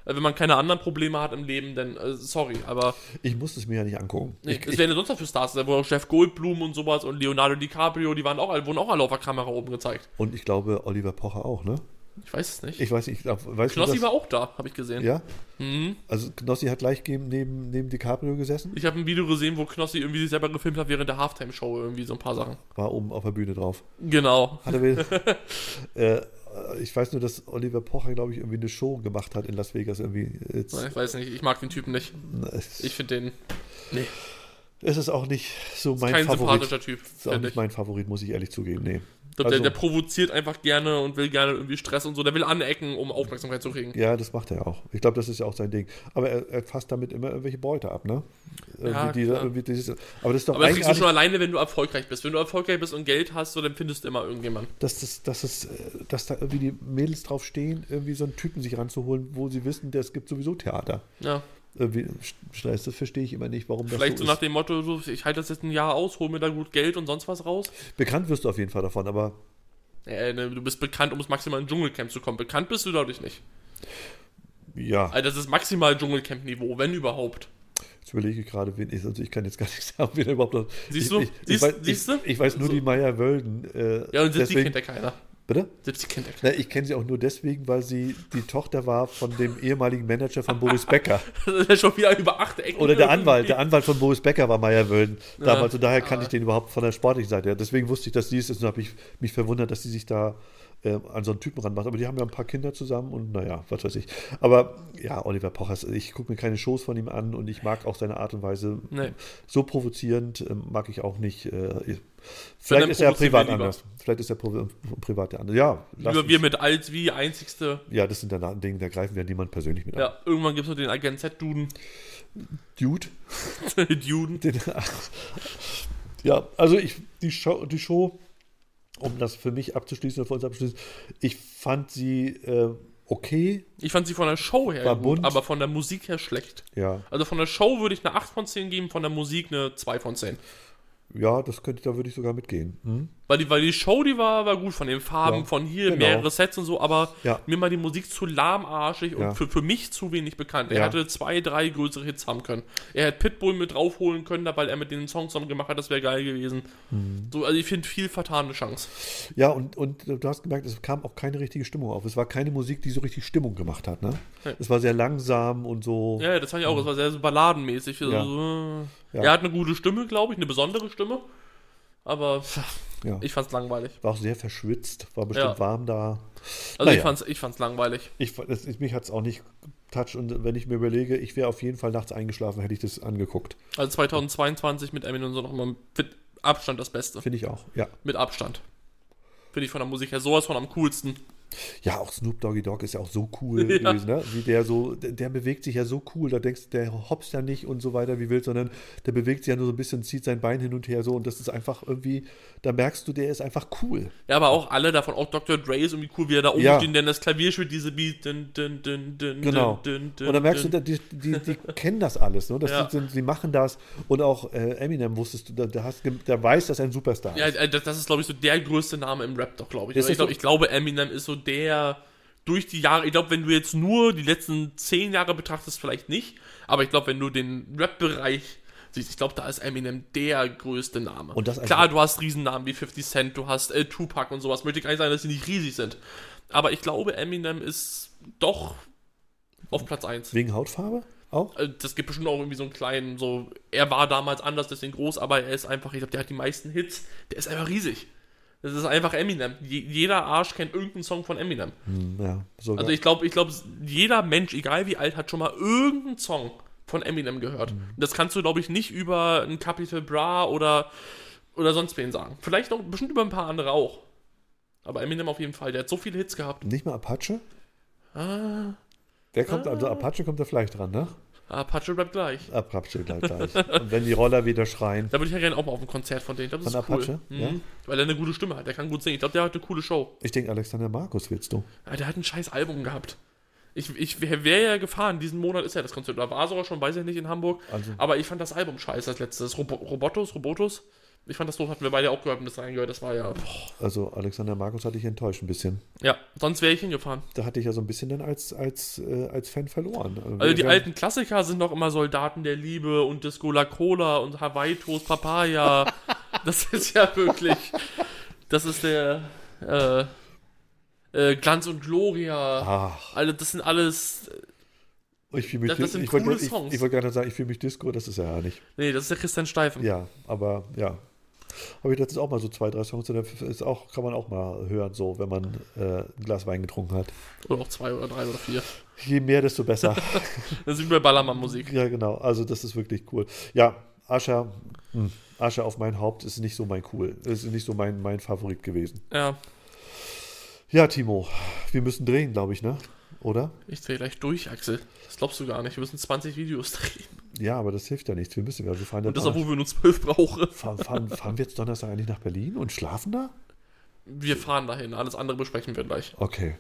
Äh, Wenn man keine anderen Probleme hat im Leben, dann äh, sorry, aber Ich muss es mir ja nicht angucken. nee, ich, es ich, wären ja sonst noch für Stars, da wurde auch Jeff Goldblum und sowas und Leonardo DiCaprio, die waren auch, alle- wurden auch alle auf der Kamera oben gezeigt. und ich glaube, Oliver Pocher auch, ne? Ich weiß es nicht. Ich weiß nicht, ich glaub, weißt Knossi du das? war auch da, habe ich gesehen. Ja? Mhm. Also Knossi hat gleich neben, neben, neben DiCaprio gesessen, Ich habe ein Video gesehen, wo Knossi irgendwie sich selber gefilmt hat während der Halftime-Show, irgendwie so ein paar Sachen. war oben auf der Bühne drauf. Genau. Hat er will, äh, ich weiß nur, dass Oliver Pocher, glaube ich, irgendwie eine Show gemacht hat in Las Vegas. Irgendwie. Jetzt, äh, Ich weiß nicht, ich mag den Typen nicht. es, Ich finde den. Nee, es ist auch nicht so mein kein Favorit. sympathischer Typ, Ist auch finde nicht ich. mein Favorit, muss ich ehrlich zugeben. Nee. Ich glaub, Also- der, der provoziert einfach gerne und will gerne irgendwie Stress und so. Der will anecken, um Aufmerksamkeit zu kriegen. Ja, das macht er auch. Ich glaube, das ist ja auch sein Ding. Aber er, er fasst damit immer irgendwelche Beute ab, ne? Ja, Irgendwie dieser, klar. irgendwie dieses, aber das ist doch Aber das kriegst du eigenartig, schon alleine, wenn du erfolgreich bist. Wenn du erfolgreich bist und Geld hast, so, dann findest du immer ne? irgendjemanden. dass, das, dass, es, äh, dass da irgendwie die Mädels drauf stehen, irgendwie so einen Typen sich ranzuholen, wo sie wissen, es gibt sowieso Theater. Ja. Irgendwie Stress, das verstehe ich immer nicht, warum Vielleicht das so so, nach ist. dem Motto, so, ich halte das jetzt ein Jahr aus, hol mir da gut Geld und sonst was raus. Bekannt wirst du auf jeden Fall davon, aber Äh, ne, du bist bekannt, um es maximal in Dschungelcamp zu kommen. Bekannt bist du dadurch nicht. ja, Also das ist maximal Dschungelcamp-Niveau, wenn überhaupt. jetzt überlege ich gerade, wen ich, also ich kann jetzt gar nicht sagen, wen er überhaupt noch. Siehst ich, du? Ich, ich, Siehst- weiß, siehst du? ich, ich weiß nur So. die Maya Wölden. Äh, Ja, und Sipsi deswegen, kennt ja keiner. Bitte? Sipsi kennt ja keiner. Na, ich kenne sie auch nur deswegen, weil sie die Tochter war von dem ehemaligen Manager von Boris Becker. Das ist ja schon wieder über acht Ecken. Oder der irgendwie. Anwalt, der Anwalt von Boris Becker war Meier Wölden damals. Ja. Und daher kannte Ah. ich den überhaupt von der sportlichen Seite. her. Deswegen wusste ich, dass sie es ist und habe ich mich verwundert, dass sie sich da äh, an so einen Typen ranmacht. Aber die haben ja ein paar Kinder zusammen und naja, was weiß ich. Aber ja, Oliver Pochers, ich gucke mir keine Shows von ihm an und ich mag auch seine Art und Weise. Nee. So provozierend ähm, mag ich auch nicht. Äh, dann vielleicht ist er provozieren privat wir lieber. anders. Vielleicht ist er pri- privat der andere. Ja, lass Über wir uns- mit als wie einzigste. ja, das sind dann Dinge, da greifen wir niemand persönlich mit an. Ja, irgendwann gibt es noch den Agent Z-Duden. Dude. Duden. Den, ja, also ich, die, Show, die Show, um das für mich abzuschließen oder für uns abzuschließen, ich fand sie äh, okay. Ich fand sie von der Show her War gut, bunt. aber von der Musik her schlecht. Ja, Also von der Show würde ich eine 8 von 10 geben, von der Musik eine 2 von 10. ja, das könnte, da würde ich sogar mitgehen. Hm? Weil die, weil die Show, die war, war gut von den Farben, Ja, von hier, genau. mehrere Sets und so, aber Ja. mir mal die Musik zu lahmarschig und Ja. für, für mich zu wenig bekannt. Er Ja. hätte zwei, drei größere Hits haben können. Er hätte Pitbull mit draufholen können, da, weil er mit den Songs zusammen gemacht hat, das wäre geil gewesen. Mhm. So, also ich finde viel vertane Chance. Ja, und, und du hast gemerkt, es kam auch keine richtige Stimmung auf. Es war keine Musik, die so richtig Stimmung gemacht hat. Ne? Ja. Es war sehr langsam und so. Ja, ja, das fand ich auch. Das war sehr so balladenmäßig. So, Mhm. Ja. so, äh. Ja. Er hat eine gute Stimme, glaube ich, eine besondere Stimme. Aber pff, Ja. ich fand's langweilig. War auch sehr verschwitzt, war bestimmt Ja. warm da. Also Naja. ich, fand's, ich fand's langweilig. Ich, fand- das, mich hat es auch nicht touch und wenn ich mir überlege, ich wäre auf jeden Fall nachts eingeschlafen, hätte ich das angeguckt. Also 2022 mit Eminem und so nochmal mit Abstand das Beste. Finde ich auch, ja. Mit Abstand. Finde ich von der Musik her sowas von am coolsten. Ja, auch Snoop Doggy Dogg ist ja auch so cool Ja. gewesen, ne? Wie der so, der, der bewegt sich ja so cool, da denkst du, der hops ja nicht und so weiter wie wild, sondern der bewegt sich ja nur so ein bisschen, zieht sein Bein hin und her so und das ist einfach irgendwie, da merkst du, der ist einfach cool. Ja, aber auch alle davon, auch Dr. Dre ist irgendwie cool, wie er da oben Ja. steht, denn das Klavier spielt diese Beat. Dun, dun, dun, dun, Genau. Dun, dun, Und da merkst du, dun. da- die, die, die kennen das alles, ne? Das Ja. sind, die machen das und auch äh, Eminem wusstest du, da, da hast, gem- der weiß, dass er ein Superstar Ja, ist. äh, das das ist, glaube ich, so der größte Name im Rap doch, glaube ich. Das Oder Ich, ist glaub, so- ich glaube, Eminem ist so der durch die Jahre. Ich glaube, wenn du jetzt nur die letzten zehn Jahre betrachtest, vielleicht nicht. Aber ich glaube, wenn du den Rap-Bereich Ich glaube, da ist Eminem der größte Name. Und das als- Klar, du hast Riesennamen wie 50 Cent, du hast äh, Tupac und sowas. Möchte gar nicht sagen, dass die nicht riesig sind. Aber ich glaube, Eminem ist doch auf Platz 1. Wegen Hautfarbe auch? Also, das gibt bestimmt auch irgendwie so einen kleinen, so, er war damals anders, deswegen groß, aber er ist einfach, ich glaube, der hat die meisten Hits, der ist einfach riesig. Das ist einfach Eminem. Je, jeder Arsch kennt irgendeinen Song von Eminem. Hm, ja, sogar. Also ich glaube, ich glaube, jeder Mensch, egal wie alt, hat schon mal irgendeinen Song von Eminem gehört. Und das kannst du, glaube ich, nicht über ein Capital Bra oder, oder sonst wen sagen. Vielleicht noch bestimmt über ein paar andere auch. Aber Eminem auf jeden Fall, der hat so viele Hits gehabt. nicht mal Apache? Ah, Der kommt, also Apache kommt da vielleicht dran, ne? Apache bleibt gleich. Apache bleibt gleich. Und wenn die Roller wieder schreien. Da würde ich ja gerne auch mal auf ein Konzert von denen. Ich glaube, das Von ist cool. Apache, Mhm. ja. Weil er eine gute Stimme hat. Der kann gut singen. Ich glaube, der hat eine coole Show. Ich denke, Alexander Markus willst du. Aber der hat ein scheiß Album gehabt. Ich, ich wäre wär ja gefahren. Diesen Monat ist ja das Konzert. Da war es auch schon, weiß ich nicht, in Hamburg. Also, Aber ich fand das Album scheiße, das letzte. Das Robo Robotos, Robotos. Ich fand das doof, hatten wir beide auch gehört und das reingehört. Das war ja. Boah. also Alexander Markus hatte ich enttäuscht ein bisschen. Ja, sonst wäre ich hingefahren. Da hatte ich ja so ein bisschen dann als, als, äh, als Fan verloren. Also die wir- alten Klassiker sind noch immer Soldaten der Liebe und Disco La Cola und Hawaii Toast Papaya. das ist ja wirklich. Das ist der. Äh, äh, Glanz und Gloria. Ach, Alle, das sind alles. ich fühle mich. Das- das sind ich wollte coole ich, Songs. ich wollte gerade sagen, ich fühle mich Disco, das ist er ja nicht. Nee, das ist der Christian Steifen. Ja, aber ja. Habe ich letztens auch mal so zwei, drei Songs. und das Ist auch, kann man auch mal hören, so, wenn man äh, ein Glas Wein getrunken hat. Oder auch zwei oder drei oder vier. Je mehr, desto besser. Das sind wir Ballermann-Musik. ja, genau. Also, das ist wirklich cool. Ja, Ascher, hm, Ascher auf mein Haupt ist nicht so mein cool. Ist nicht so mein, mein Favorit gewesen. Ja, Ja, Timo, wir müssen drehen, glaube ich, ne? Oder? ich drehe gleich durch, Axel. Das glaubst du gar nicht. Wir müssen 20 Videos drehen. Ja, aber das hilft ja nichts. Wir müssen ja. Wir fahren, Und das, dann- obwohl wir nur zwölf brauchen. fahren, fahren, fahren wir jetzt Donnerstag eigentlich nach Berlin und schlafen da? Wir fahren dahin, alles andere besprechen wir gleich. Okay.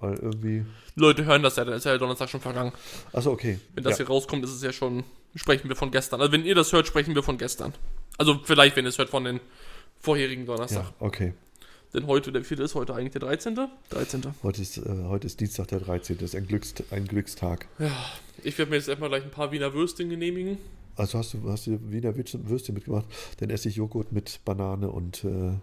Weil irgendwie. Leute hören das ja, dann ist ja der Donnerstag schon vergangen. Achso, okay. Wenn das ja. hier rauskommt, ist es ja schon, sprechen wir von gestern. Also wenn ihr das hört, sprechen wir von gestern. Also vielleicht, wenn ihr es hört, von den vorherigen Donnerstag. ja, okay. Denn heute, der vierte ist heute eigentlich der 13. 13. Heute ist, äh, heute ist Dienstag, der 13. Das ist ein, Glückst ein Glückstag. Ja, ich werde mir jetzt erstmal gleich ein paar Wiener Würstchen genehmigen. Also hast du, hast du Wiener Würstchen Würstchen mitgemacht? Dann esse ich Joghurt mit Banane und, äh,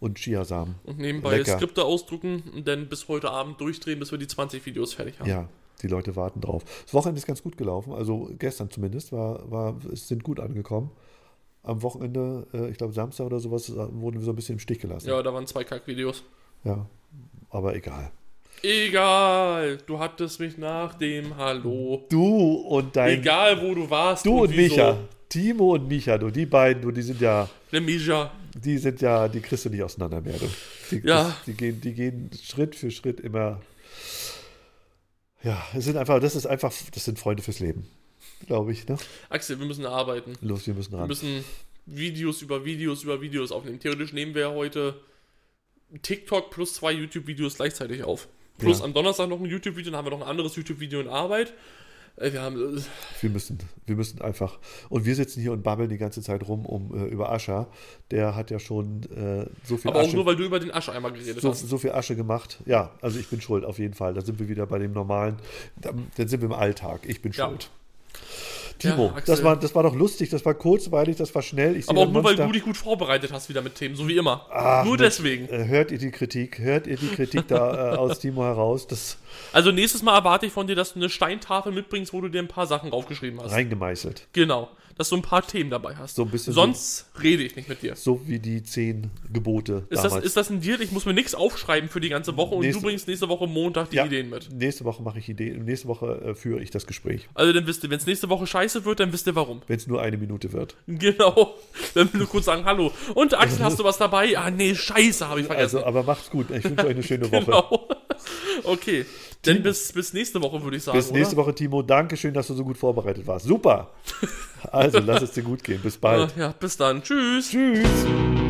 und Chiasamen. Und nebenbei Lecker. Skripte ausdrucken und dann bis heute Abend durchdrehen, bis wir die 20 Videos fertig haben. Ja, die Leute warten drauf. Das Wochenende ist ganz gut gelaufen, also gestern zumindest, war, war, es sind gut angekommen. Am Wochenende, äh, ich glaube Samstag oder sowas, äh, wurden wir so ein bisschen im Stich gelassen. ja da waren zwei Kackvideos. ja. Aber egal. Egal, du hattest mich nach dem Hallo. Du und dein. Egal, wo du warst. Du und wieso. Micha. Timo und Micha, du, die beiden, du, die sind ja, Der Ne, Misha. die sind ja, die kriegst du nicht auseinander mehr. Du. Die, Ja. die, gehen, die gehen Schritt für Schritt immer. Ja, es sind einfach, das ist einfach, das sind Freunde fürs Leben, glaube ich. Ne? Axel, wir müssen arbeiten. Los, wir müssen Wir ran. müssen Videos über Videos über Videos aufnehmen. Theoretisch nehmen wir heute TikTok plus zwei YouTube-Videos gleichzeitig auf. Plus Ja. am Donnerstag noch ein YouTube-Video, dann haben wir noch ein anderes YouTube-Video in Arbeit. Äh, Wir haben. äh, Wir müssen, wir müssen einfach. Und wir sitzen hier und babbeln die ganze Zeit rum um äh, über Ascha. Der hat ja schon äh, so viel Aber auch Asche, nur, weil du über den Ascheimer geredet so, hast. so viel Asche gemacht. Ja, also ich bin schuld auf jeden Fall. Da sind wir wieder bei dem normalen. Dann dann sind wir im Alltag. Ich bin Ja. schuld. Timo, Ja, Axel. das, war, das war doch lustig, das war kurzweilig, das war schnell. Ich Aber auch sehe nur, weil Monster- du dich gut vorbereitet hast, wieder mit Themen, so wie immer. Ach, nur Mensch. deswegen. Äh, Hört ihr die Kritik? Hört ihr die Kritik da äh, aus Timo heraus? Das Also nächstes Mal erwarte ich von dir, dass du eine Steintafel mitbringst, wo du dir ein paar Sachen draufgeschrieben hast. reingemeißelt. Genau. Dass du ein paar Themen dabei hast. So ein bisschen Sonst rede ich nicht mit dir. So wie die zehn Gebote Ist das, damals. ist das ein Deal? Ich muss mir nichts aufschreiben für die ganze Woche und Nächste- du bringst nächste Woche Montag die Ja. Ideen mit. Nächste Woche mache ich Ideen, nächste Woche äh, führe ich das Gespräch. Also dann wisst ihr, wenn es nächste Woche scheiße wird, dann wisst ihr warum. Wenn es nur eine Minute wird. Genau. Dann will du kurz sagen, hallo. Und Axel, hast du was dabei? Ah nee, scheiße, habe ich vergessen. Also, aber macht's gut. Ich wünsche euch eine schöne Woche. genau. Okay. Dann bis, bis nächste Woche, würde ich sagen. Bis nächste Woche, Timo. Dankeschön, dass du so gut vorbereitet warst. Super. Also, lass es dir gut gehen. Bis bald. Ja, bis dann. Tschüss. Tschüss.